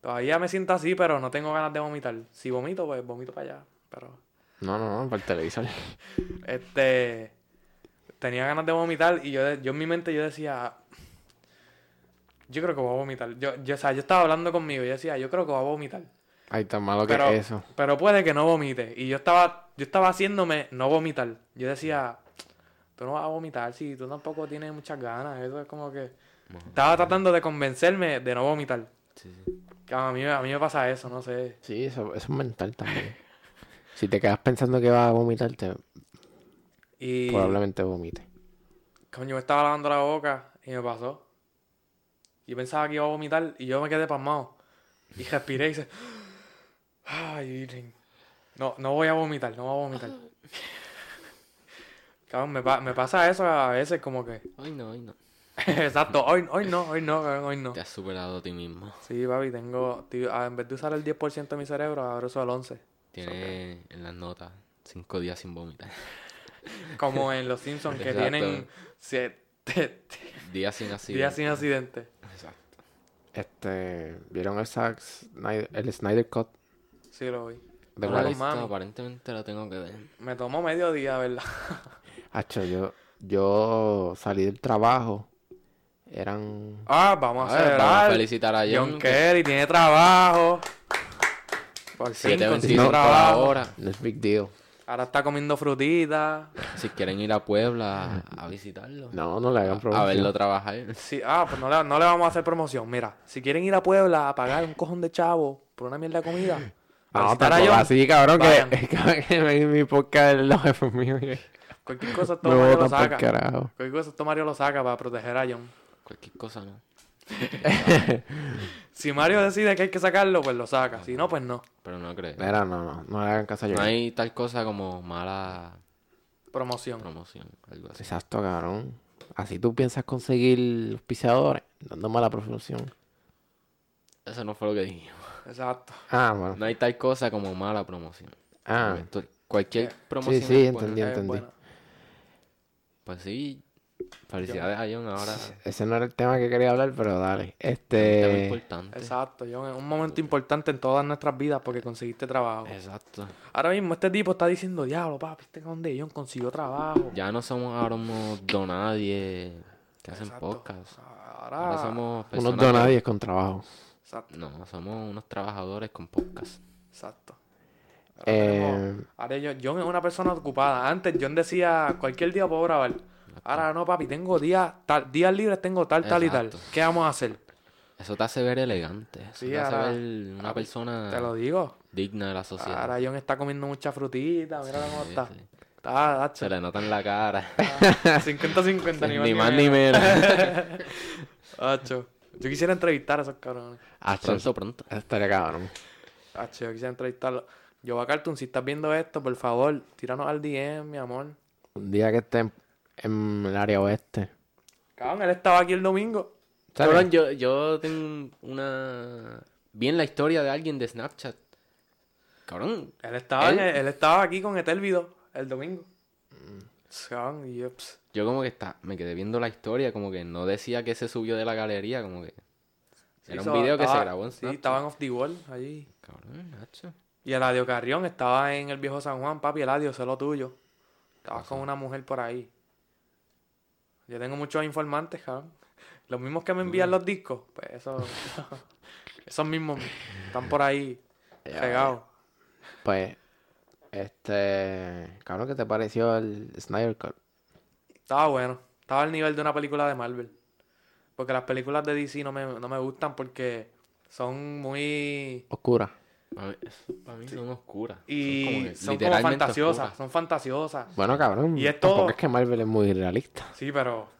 Todavía me siento así, pero no tengo ganas de vomitar. Si vomito, pues vomito para allá. Pero,
No, no, no, para el televisor. (laughs)
este, tenía ganas de vomitar y yo, de- yo en mi mente yo decía, yo creo que voy a vomitar. Yo, yo, o sea, yo estaba hablando conmigo y yo decía, yo creo que voy a vomitar.
Ay, tan malo que
Pero,
es eso.
pero puede que no vomite. Y yo estaba, yo estaba haciéndome no vomitar. Yo decía, tú no vas a vomitar si tú tampoco tienes muchas ganas. Eso es como que. Estaba tratando de convencerme de no vomitar.
Sí, sí.
Que A mí, a mí me pasa eso, no sé.
Sí, eso, eso es mental también. si te quedas pensando que vas a vomitar, te-
Y.
probablemente vomite.
Coño, me estaba lavando la boca y me pasó. Yo pensaba que iba a vomitar y yo me quedé pasmado. Y respiré y dice. (gasps) Ay, Virgen. No, no voy a vomitar, no voy a vomitar. Cabrón, me, pa- me pasa eso a veces como que.
Hoy no, hoy no.
(laughs) Exacto, hoy, hoy no, hoy no, cabrón, hoy no.
Te has superado a ti mismo.
Sí, papi, tengo. tío, ah, en vez de usar el 10% de mi cerebro, ahora uso el 11%.
Tiene en las notas cinco días sin vomitar. (laughs)
Como en los Simpsons que
Exacto.
tienen siete,
Días sin así.
días sin accidente.
Exacto.
Este, ¿vieron el Zack Snyder, el Snyder Cut?
Sí, lo vi.
¿De
La
No lo
cuál?
vi.
lista
mami.
aparentemente la tengo que ver.
Me tomó medio día, ¿verdad? (laughs)
Hacho, yo, yo salí del trabajo. Eran.
Ah, vamos
A ver, vamos
a
a
celebrar.
felicitar a
John,
John. que
Kerry tiene trabajo. Por fin
siete
consiguió
veinticinco
trabajo.
Ah.
ahora.
No es big deal.
Ahora está comiendo frutitas.
Si quieren ir a Puebla a,
(laughs)
a visitarlo.
No, no le hagan
A
promoción.
verlo trabajar.
Sí, ah, pues no le, no le vamos a hacer promoción. Mira, si quieren ir a Puebla a pagar un cojón de chavo por una mierda
(laughs)
de comida, a
No,
visitar a
tampoco
John,
así, cabrón,
Vayan.
que, (laughs) cabrón, que me- mi podcast los jefes míos. que
cualquier cosa esto
Me
Mario
botan
lo
por
saca.
carajo.
Cualquier cosa esto Mario lo saca para proteger a John.
Cualquier cosa, ¿no?
Si Mario decide que hay que sacarlo, pues lo saca. Si no, pues no.
Pero no creo.
Mira, no, no, no le hagan caso a yo.
No hay tal cosa como mala
Promoción.
promoción, algo así.
Exacto, cabrón. Así tú piensas conseguir los piseadores, dando mala promoción.
Eso no fue lo que dijimos.
Exacto.
Ah, bueno.
No hay tal cosa como mala promoción.
Ah,
Esto- Cualquier
sí,
promoción.
sí,
es buena.
entendí,
Eh,
entendí.
bueno.
Pues sí. Felicidades a John ahora.
(laughs) Ese no era el tema que quería hablar, pero dale.
Es muy
Este.
importante.
Exacto, John. Es un momento importante en todas nuestras vidas porque conseguiste trabajo.
Eh. Exacto.
Ahora mismo este tipo está diciendo, diablo, papi, este dónde John consiguió trabajo.
Ya no somos ahora unos donadie que hacen
Exacto. Ah,
podcast.
Ahora...
Ahora somos
Unos
personas que-
donadies con trabajo.
Exacto,
No, somos unos trabajadores con podcast.
exacto. Ahora tenemos-
Eh,
Ahora yo- John es una persona ocupada. Antes John decía, cualquier día puedo grabar. Ahora no, papi, tengo días, tal- días libres, tengo tal, tal y tal.
Exacto.
¿Qué vamos a hacer?
Eso te hace ver elegante. Eso
Sí,
te hace
ahora-
ver una
ahora Te
persona
lo digo.
digna de la sociedad.
Ahora John está comiendo mucha frutita, mira cómo
Sí,
está.
sí.
Está, hacho,
Se le nota en la
(laughs)
cara.
50-50,
ni más ni menos.
(laughs) Hacho, Yo quisiera entrevistar a esos cabrones.
hasta
pronto, pronto.
Estaría cabrón.
Hacho, yo quisiera entrevistarlos. Yo a Cartoon, si estás viendo esto, por favor, tíranos al DM, mi amor.
Un día que esté en, en el área oeste.
Cabrón, él estaba aquí el domingo.
¿Sabes?
Cabrón, yo, yo tengo una... Vi en la historia de alguien de Snapchat. Cabrón,
Él estaba, en
Él- Mm.
el- él estaba aquí con Etelvido el domingo. Cabrón, y yo, ps,
yo como que está, me quedé viendo la historia, como que no decía que se subió de la galería, como que...
se
Era
hizo-
un video que se
estaba-
grabó en
Sí,
Snapchat.
estaban off the wall allí.
Cabrón, macho.
Y Eladio Carrión estaba en el viejo San Juan, papi, Eladio, eso es lo tuyo. Estabas con una mujer por ahí. Yo tengo muchos informantes, cabrón. (laughs) Los mismos que me
Mm.
envían los discos, pues eso, (laughs) esos mismos están por ahí,
Ya,
pegados.
Pues, este. Cabrón, ¿qué te pareció el Snyder Cut?
Estaba bueno. Estaba al nivel de una película de Marvel. Porque las películas de DC no me, no me gustan porque son muy...
Oscura.
Para mí, para mí son oscuras.
Y son como,
que
fantasiosas.
oscuras.
Son fantasiosas.
Bueno, cabrón.
Y es todo.
Tampoco es que Marvel es muy realista.
Sí, pero...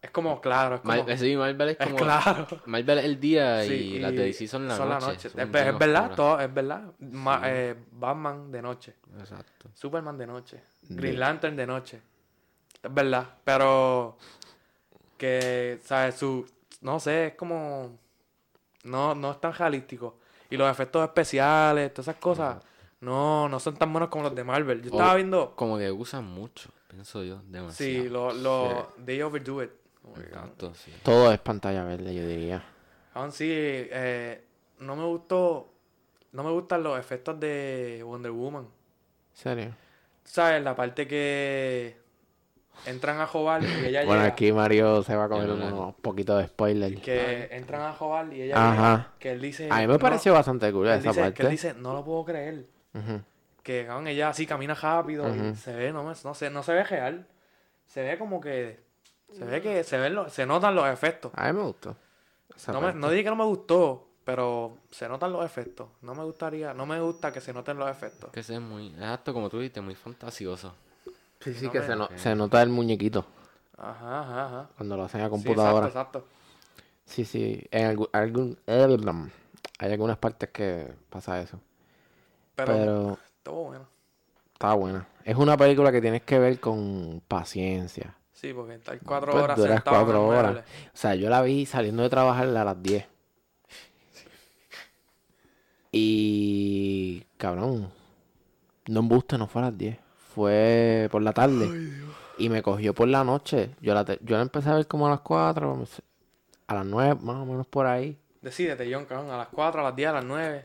Es como claro, es como...
Mar- sí, Marvel es
es
como... (laughs)
claro.
Marvel es el día
Sí,
y, las de DC son la noche. son
Es, ver-
bien
es verdad,
oscuras.
todo, es verdad. Ma- eh, Batman de noche.
Exacto.
Superman de noche.
De-
Green Lantern de noche. Es verdad. Pero que, ¿sabes? Su, no sé, es como... No, no es tan realístico. Y los efectos especiales, todas esas cosas, no, no son tan buenos como los de Marvel. Yo
O-
Oh,
estaba viendo...
Como que usan mucho, pienso yo, demasiado.
Sí, lo, lo, they overdo it.
Oh
Como que,
Exacto, sí.
Todo es pantalla verde, yo diría.
Aún sí, eh, no me gustó... No me gustan los efectos de Wonder Woman.
¿En serio?
¿Sabes? La parte que entran a jugar y ella
Bueno,
llega.
aquí Mario se va a comer
Ya, ya.
unos poquitos de spoiler.
Que entran a jugar y ella
Ajá.
llega. Que él dice.
A mí me
Eh, "No",
pareció bastante cool
que él
esa
dice, que él
parte.
dice, no lo puedo creer.
Ujú.
Que cabrón, ella así camina rápido y
Ujú.
se ve, no, me- no, se, no se ve real. Se ve como que. Se ve que se ven los- se notan los efectos.
A mí me gustó. Ah, esa
No, me-
parte.
no dije que no me gustó, pero se notan los efectos. No me gustaría, no me gusta que se noten los efectos.
Que ese es muy, exacto, como tú dijiste, muy fantasioso.
Sí, sí,
no
que
me-
se, no- se nota el muñequito
Ajá, ajá, ajá.
cuando lo hacen a
Sí, exacto,
computadora.
exacto.
Sí, sí. En algún, algún- eh, hay algunas partes que pasa eso.
Pero,
Pero
todo bueno.
está buena. Es una película que tienes que ver con paciencia.
Sí, porque estar cuatro
Pues
horas
duras
sentado en
cuatro
un
horas.
mueble.
O sea, yo la vi saliendo de trabajar a las 10. Y. Cabrón. No embuste, no fue a las 10. Fue por la tarde. y me cogió por la noche. Yo la, te- yo la empecé a ver como a las 4. A las 9, más o menos por ahí.
Decídete, John, cabrón, a las 4, a las 10, a las 9.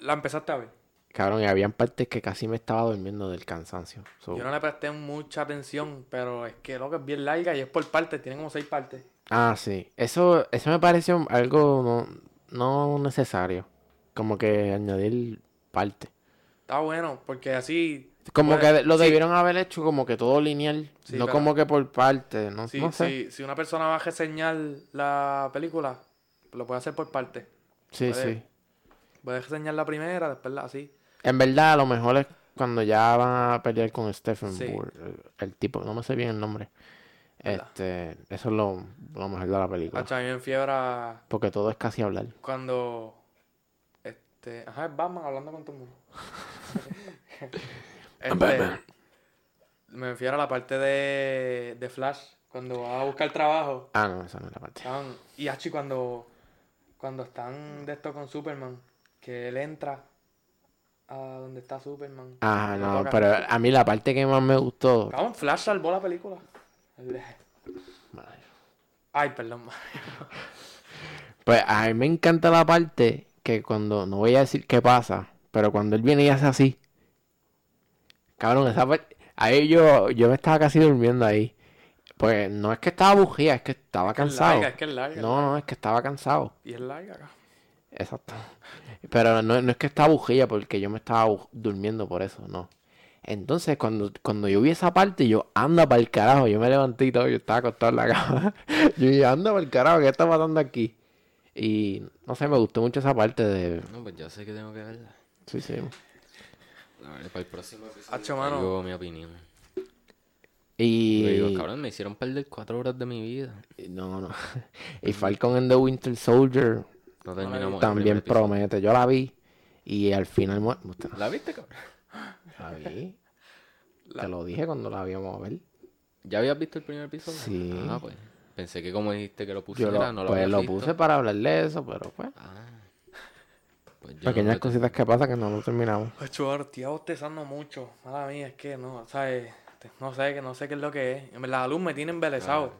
La empezaste a ver.
Cabrón, y habían partes que casi me estaba durmiendo del cansancio. So,
Yo no le presté mucha atención, pero es que lo que es bien larga y es por partes, tiene como seis partes.
Ah, sí. Eso, eso me pareció algo no, no necesario. Como que añadir parte.
Está bueno, porque así.
Como
puede-
que lo
Pues, sí,
debieron haber hecho como que todo lineal,
Sí,
no
pero-
como que por parte, no,
Sí,
no sé.
sí, si una persona va a reseñar la película, lo puede hacer por parte.
Sí,
puede-
sí.
Puede reseñar la primera, después la así.
En verdad, a lo mejor es cuando ya van a pelear con Stephen
Sí.
Burr, el, el tipo, no me sé bien el nombre.
¿Verdad?
Este, eso es lo, lo mejor de la película.
Hacho, a mí me enfiebra
Porque todo es casi hablar.
cuando. Este. Ajá, es Batman hablando con todo el mundo.
(laughs)
Este,
Batman.
Me enfiebra la parte de, de Flash, cuando va a buscar trabajo.
Ah, no, esa no es la parte.
Cabrón, y Hachi cuando, cuando están de esto con Superman, que él entra a donde está Superman.
Ah,
lo
no,
toca.
pero a mí la parte que más me gustó.
Cabrón, Flash salvó la película. El- Ay, perdón. (laughs) ma.
Pues a mí me encanta la parte que cuando, no voy a decir qué pasa, pero cuando él viene y hace así. Cabrón, esa parte. Ahí yo, yo me estaba casi durmiendo ahí. Pues no es que estaba bujía, es que estaba cansado.
Es larga, es que es larga.
No, no, es que estaba cansado.
Y es larga, cabrón.
Exacto. Pero no, no es que estaba bujía porque yo me estaba bu- durmiendo por eso, no. Entonces, cuando, cuando yo vi esa parte, yo anda para el carajo. Yo me levanté y todo, yo estaba acostado en la (laughs) cama. Yo dije, anda para el carajo, ¿qué está pasando aquí? Y no sé, me gustó mucho esa parte de.
No, pues ya sé que tengo que verla.
Sí, sí.
A ver, para el próximo episodio.
Hacho, mano.
traigo mi opinión.
Y.
Yo digo, cabrón, me hicieron perder cuatro horas de mi vida.
No, (laughs) no. Y Falcon and the Winter Soldier
No terminamos. el
también
primer episodio.
promete. Yo la vi y al final. mu- Usted no
¿La viste, cabrón?
la
(laughs)
vi.
La-
Te lo dije cuando la íbamos a ver.
¿Ya habías visto el primer episodio?
Sí.
Ah, pues. Pensé que como dijiste que lo
Yo
pusiera,
lo,
no lo
pues
habías
lo
visto.
puse para hablarle de eso, pero pues.
Ah. Pues yo no
Pequeñas
me-
cositas que pasan que no lo terminamos.
Hacho, ahora estoy bostezando mucho. Mala mía, es que no, ¿sabes? Te- No sé, que no sé qué es lo que es. En verdad, La luz me tiene embelesado.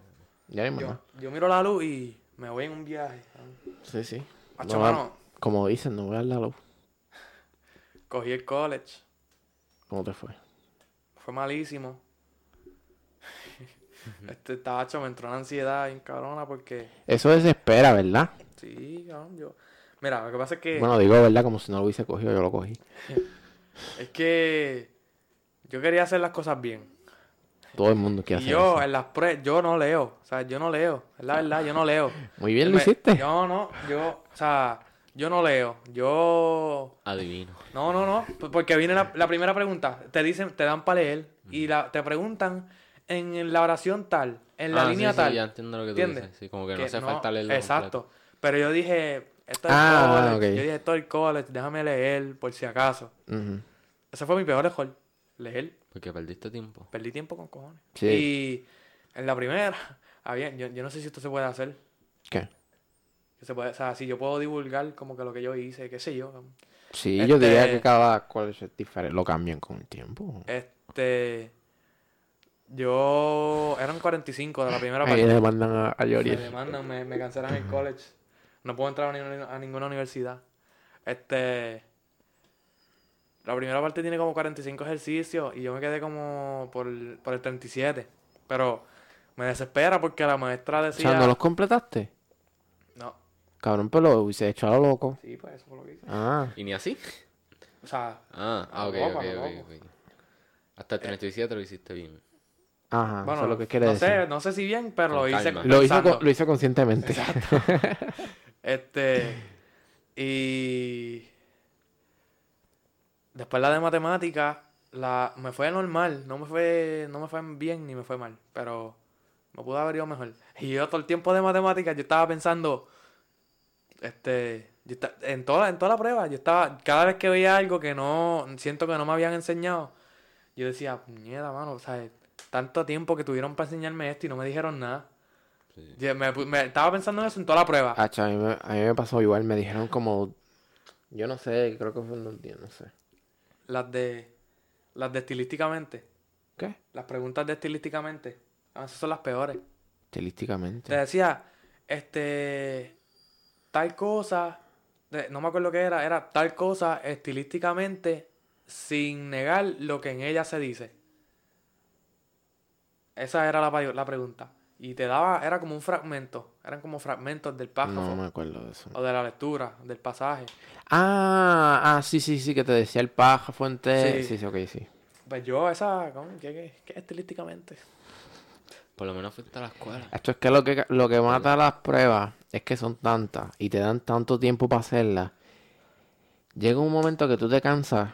Ya ni
yo,
más.
yo miro la luz y me voy en un viaje. cabrón.
Sí, sí.
Hacho,
No ah. va-
mano.
como dicen, no voy a dar la luz.
Cogí el college.
¿Cómo te fue?
Fue malísimo. (laughs) este tacho me entró una ansiedad bien cabrona porque.
Eso desespera, ¿verdad?
Sí, cabrón, yo. Mira, lo que pasa es que.
Bueno, digo, ¿verdad? Como si no lo hubiese cogido, yo lo cogí.
Es que. Yo quería hacer las cosas bien.
Todo el mundo quiere
Y
hacer
yo,
eso.
en las pruebas, yo no leo. O sea, yo no leo. Es la verdad, yo no leo.
Muy bien lo
eh, Me-
hiciste.
Yo no, yo. O sea, yo no leo. Yo.
Adivino.
No, no, no. p- Porque viene la, la primera pregunta. Te dicen, te dan para leer. Y la, te preguntan en la oración tal, en la
Ah, sí,
línea
sí,
tal.
ya entiendo lo que tú
¿Entiendes?
dices. Sí, como que, no
que
hace
no-
falta leerlo.
Exacto. Pero yo dije, esto es
Ah,
college.
ok.
Yo dije, esto es college, déjame leer por si acaso.
Ujú.
Ese fue mi peor error. Leer,
completo, Porque perdiste tiempo.
perdí tiempo con cojones.
Sí.
Y en la primera, (laughs) había, yo, yo no sé si esto se puede hacer.
¿Qué?
que se puede, o sea, si yo puedo divulgar como que lo que yo hice, qué sé yo.
Sí, yo
Este-
diría que cada college es diferente. Lo cambian con el tiempo.
Este. Yo. Eran 45 de la primera
Ahí
parte.
le mandan a, a
Me
Yoriel.
demandan, me, me cancelan el college. No puedo entrar a, ni- a ninguna universidad. Este. La primera parte tiene como 45 ejercicios y yo me quedé como por, el- por el 37. Pero me desespera porque la maestra
O
decía.
sea, ¿no los completaste?
No.
Cabrón, pero lo hubiese hecho a lo loco.
Sí, pues eso fue lo que hice.
Ah,
¿Y ni así?
O sea,
Ah, ah ok,
Loco,
ok,
loco.
ok, ok. Hasta
Eh.
el 37 lo hiciste bien.
ajá.
bueno,
Ah, eso es lo que quiere
no,
decir.
sé, no sé si bien, pero
Con
lo hice.
calma.
Lo hizo,
pensando.
con- lo
(laughs)
hizo conscientemente.
Este. Y. Después la de matemática, la, me fue normal. No me fue, no me fue bien ni me fue mal. Pero me pudo haber ido mejor. (laughs) Y yo todo el tiempo de matemática, yo estaba pensando. Este. yo esta- en, toda, la- en toda la prueba, yo estaba. Cada vez que veía algo que no. Siento que no me habían enseñado. Yo decía, mierda, mano, o sea, tanto tiempo que tuvieron para enseñarme esto y no me dijeron nada.
Sí.
Yo me, pu- me estaba pensando en eso en toda la prueba.
Hacho, a, mí me, a mí me pasó igual, me dijeron como, yo no sé, creo que fue un día, no sé.
Las de. Las de estilísticamente.
¿Qué?
Las preguntas de estilísticamente. A veces son las peores.
Estilísticamente.
Te decía, este. Tal cosa. de- no me acuerdo qué era. Era tal cosa estilísticamente. Sin negar lo que en ella se dice. Esa era la, pa- la pregunta. Y te daba, era como un fragmento, eran como fragmentos del párrafo
No me acuerdo de eso.
o de la lectura, del pasaje.
Ah, ah, sí, sí, sí, que te decía el paja
Sí.
fuente. Sí, sí, ok, sí.
Pues yo, esa, ¿cómo? ¿Qué, qué, qué estilísticamente?
Por lo menos fuiste a la escuela.
Esto es que lo que, lo que mata las pruebas es que son tantas y te dan tanto tiempo para hacerlas. Llega un momento que tú te cansas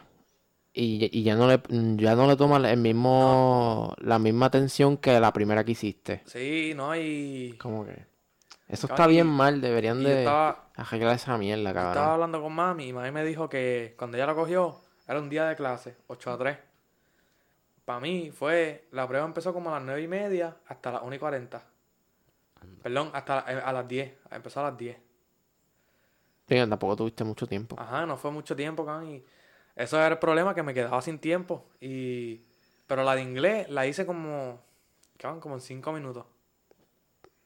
y, y ya no le ya no le tomas el mismo la misma atención que la primera que hiciste.
Sí, no, y.
Como que eso
Cabrón,
está bien
y-
mal, deberían
y yo
de
estaba-
arreglar esa mierda,
Yo
cabrón.
Estaba hablando con mami y mami me dijo que cuando ella lo cogió era un día de clase, 8 a 3. Para mí fue, la prueba empezó como a las 9 y media hasta las 1 y 40. Perdón, hasta la- a las 10, empezó a las 10.
Digo, tampoco tuviste mucho tiempo.
Ajá, no fue mucho tiempo, cabrón, y eso era el problema, que me quedaba sin tiempo. Y... Pero la de inglés la hice como, cabrón, como en 5 minutos.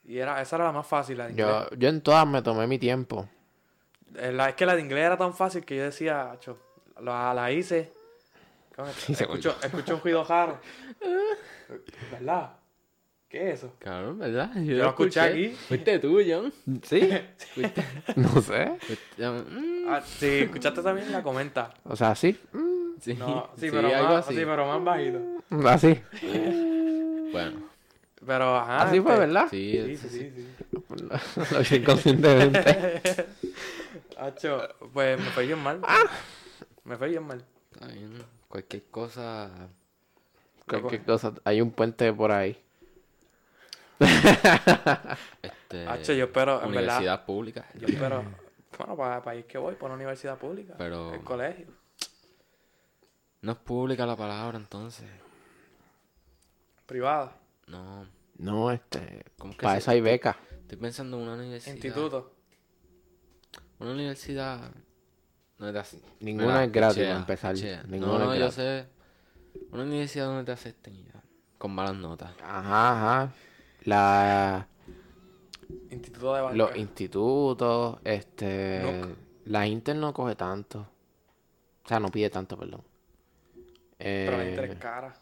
Y era, esa era la más fácil, la de inglés.
Yo, yo en todas me tomé mi tiempo.
Eh, la- es que la de inglés era tan fácil que yo decía, "Acho, la, la hice. Cabrón,
Y se
escucho, escucho un ruido raro. ¿Verdad? ¿Qué es eso?
Cabrón, ¿verdad? Yo,
lo escuché aquí.
Fuiste tú, John.
¿Sí? (laughs) no sé.
Fuiste- mm,
Ah, si escuchaste también, la comenta.
O sea, sí. Mm,
sí,
No, sí,
sí,
pero
algo
más,
así.
sí, pero más bajito.
Así.
Bueno,
Pero ajá.
Así fue,
este,
¿verdad?
Ah, sí,
Sí, sí,
sí,
sí. sí.
(laughs) Lo
(laughs)
hice inconscientemente.
(laughs) Acho, pues me fue bien mal. Me fue bien mal.
está bien. Cualquier cosa.
Cualquier cosa. Hay un puente por ahí.
Este,
Acho, yo espero, en
Universidad
verdad.
pública.
Yo espero. Bueno, para país que voy, por una universidad pública.
Pero-
El colegio.
No es pública la palabra, entonces.
Privada.
No.
No, este.
¿Cómo que
Para
se-
eso hay becas.
Estoy pensando en una universidad.
Instituto.
Una universidad. No es de así.
Ninguna
Mira,
es gratis,
pichea,
para empezar.
pichea.
Ninguna
Ah, no, no,
es
yo
gratis.
sé. Una universidad donde te acepten y este ya, Con malas notas.
Ajá, ajá. La,
Instituto de banca.
los institutos, este.
Nuc.
La Inter no coge tanto. O sea, no pide tanto, perdón.
Pero la
Eh,
Inter es cara.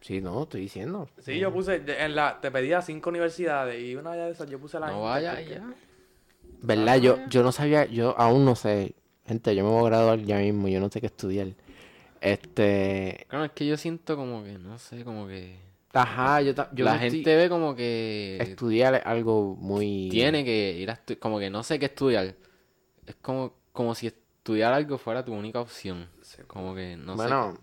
sí, no, estoy diciendo.
eh.
Sí, yo puse, de- en la, te pedía cinco universidades y una de esas yo puse la
No
Inter,
vaya
porque-
ya.
¿Verdad? Yo, yo no sabía, yo aún no sé. Gente, yo me voy a graduar ya mismo, yo no sé qué estudiar. Este.
Claro, es que yo siento como que, no sé, como que.
Ajá, yo, ta- yo
la
no estoy-
gente ve como que.
estudiar es algo muy.
Tiene que ir a estudiar. Como que no sé qué estudiar. Es como, como si estudiar algo fuera tu única opción.
Sí.
Como que no sé.
bueno,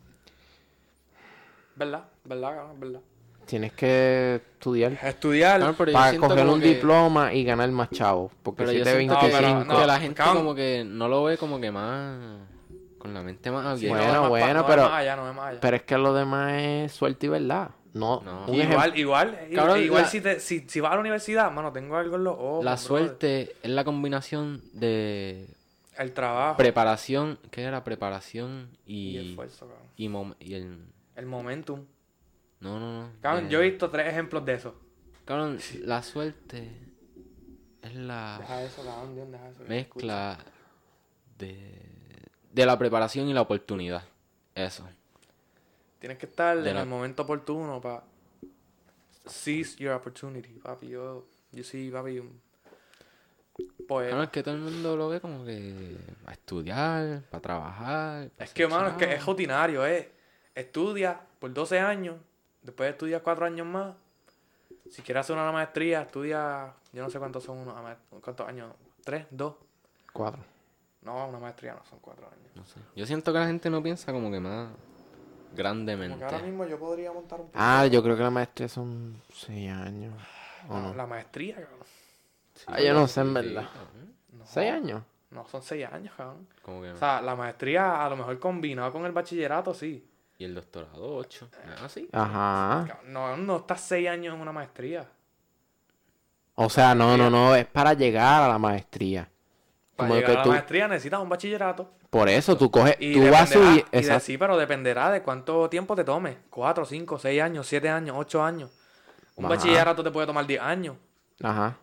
¿Verdad? ¿Verdad, cabrón? ¿Verdad?
tienes que estudiar
Estudiar.
Claro, pero yo
para
siento
coger
como
un
que-
diploma y ganar más chavos. Porque
Pero
si
yo
te
siento que,
25.
no,
que la gente
cabrón.
como que no lo ve como que más... Con la mente más
Sí,
abierta.
Bueno,
no, es más pa-
bueno,
no es
pero-
más allá, no es más allá.
Pero es que lo demás es suerte y verdad. No,
No.
un ejemplo-
igual, igual, i-
Cabrón,
igual
la-
si, te, si, si vas a la universidad, mano, tengo algo en los ojos.
la
brother.
suerte es la combinación de
El trabajo
preparación, ¿qué era? Preparación
y, el
y...
esfuerzo, cabrón.
Y, mom- y el...
El momentum.
No, no, no.
Cabrón,
eh,
yo he visto tres ejemplos de eso.
cabrón, la suerte es la
Deja eso, cabrón, Dios, deja eso.
Ah. mezcla de, de la preparación y la oportunidad. Eso.
Eh. Tienes que estar
de
en
la-
el momento oportuno para... Seize your opportunity, papi. Yo, yo sí, papi, un poeta.
Ah,
Claro, es que todo el mundo lo ve como que a estudiar, para trabajar. pa'
Es que,
ser
mano, es que es
ah.
chavo.
rutinario, eh. Estudia por 12 años, después estudias 4 años más. Si quieres hacer una maestría, estudia, yo no sé cuántos son unos, ama- cuántos años, 3, 2.
Cuatro.
No, una maestría no son 4 años.
No sé. Yo siento que la gente no piensa como que más
Como
grandemente.
que ahora mismo yo podría montar un...
Ah, yo creo que la maestría son seis años. ¿O
No,
no?
La maestría, cabrón.
Ah, yo no sé, en
Sí,
verdad.
cabrón.
No,
¿Seis años?
No, son 6 años, cabrón.
Como que
O sea, la maestría a lo mejor combinado con el bachillerato, sí.
Y el doctorado, 8. Ah, sí.
Ajá.
Cabrón, No, no estás 6 años en una maestría.
O sea, no, no, no, es para llegar a la maestría.
Para
Como
llegar
que
a la
tú-
maestría necesitas un bachillerato.
Por eso tú coges,
Y
tú
dependerá,
vas a subir,
y de-
exacto.
sí, pero dependerá de cuánto tiempo te tome. Cuatro, cinco, seis años, siete años, ocho años. Un
Ajá.
bachillerato te puede tomar diez años.
Ajá.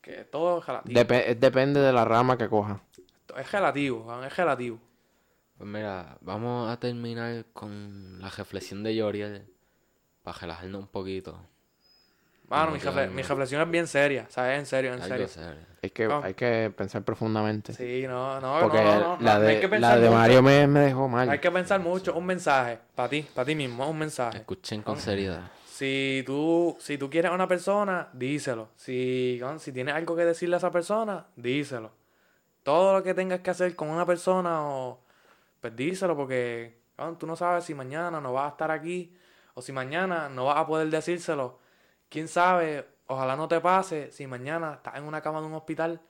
Que todo es relativo.
Depe- eh, depende de la rama que coja.
es relativo, cabrón, es relativo.
Pues mira, vamos a terminar con la reflexión de Yoriel. Para relajarnos un poquito.
Mano,
No,
mi,
yo
refle-
no.
mi reflexión es bien seria, ¿sabes? En serio, en
Algo
serio.
serio.
Es que
Ah.
hay que pensar profundamente.
Sí, no, no,
Porque
no, no, no,
la
no, hay
de,
que
la
pensar
de
mucho.
Mario me, me dejó mal.
Hay que pensar mucho. Un mensaje, para ti, para ti mismo, un mensaje.
Escuchen con seriedad.
Si tú, si tú quieres a una persona, díselo. Si, con- si tienes algo que decirle a esa persona, díselo. Todo lo que tengas que hacer con una persona, o, pues díselo, porque con, tú no sabes si mañana no vas a estar aquí o si mañana no vas a poder decírselo. Quién sabe, ojalá no te pase si mañana estás en una cama de un hospital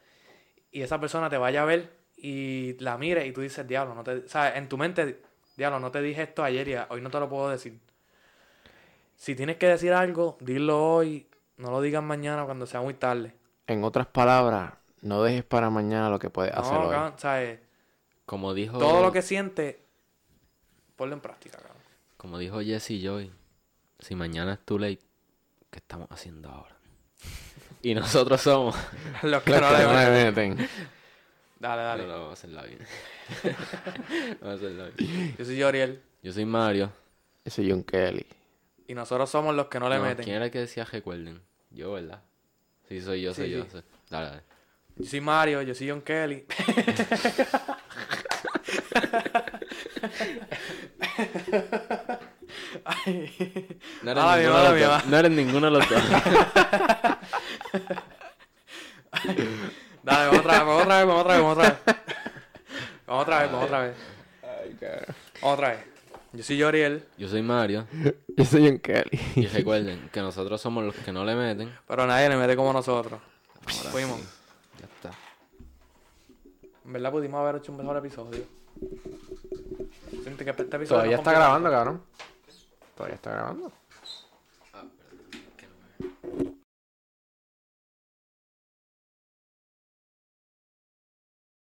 y esa persona te vaya a ver y la mire y tú dices, diablo, no te. ¿sabes? En tu mente, diablo, no te dije esto ayer y a- hoy no te lo puedo decir. Si tienes que decir algo, dilo hoy, no lo digas mañana cuando sea muy tarde.
En otras palabras, no dejes para mañana lo que puedes hacer
no,
hoy.
cabrón, ¿sabes?
Como dijo,
Todo lo que sientes, ponlo en práctica, cabrón.
como dijo Jesse Joy, si mañana es too late, ¿qué estamos haciendo ahora? y nosotros somos.
(laughs) Los que
Claro,
no le
no
ven.
le meten.
Dale,
No,
dale.
no, vamos a hacerla bien. (laughs) vamos a hacerla bien.
Yo soy Yoriel
Yo soy Mario.
Ese John Kelly.
y nosotros somos los que no le
No,
meten.
¿Quién era el que decía recuerden? Yo, ¿verdad? Sí, soy yo,
Sí,
soy yo.
sí.
soy- Dale, dale.
Yo soy Mario, yo soy John Kelly. (laughs) Ay.
No
Mala mía, mala
de los
mía,
dos. No eres ninguno de los dos.
Dale, vamos otra vez, vamos otra vez, vamos otra vez, vamos otra vez. Vamos otra vez, vamos otra vez. Vamos otra vez. Yo soy Yoriel,
Yo soy Mario.
Ese John
Y
(laughs)
Kelly.
recuerden que nosotros somos los que no le meten.
pero nadie le mete como nosotros. Fuimos.
Ya está.
En verdad pudimos haber hecho un mejor episodio. Siento que este episodio
Todavía
no completamos.
está grabando, cabrón. Todavía está grabando.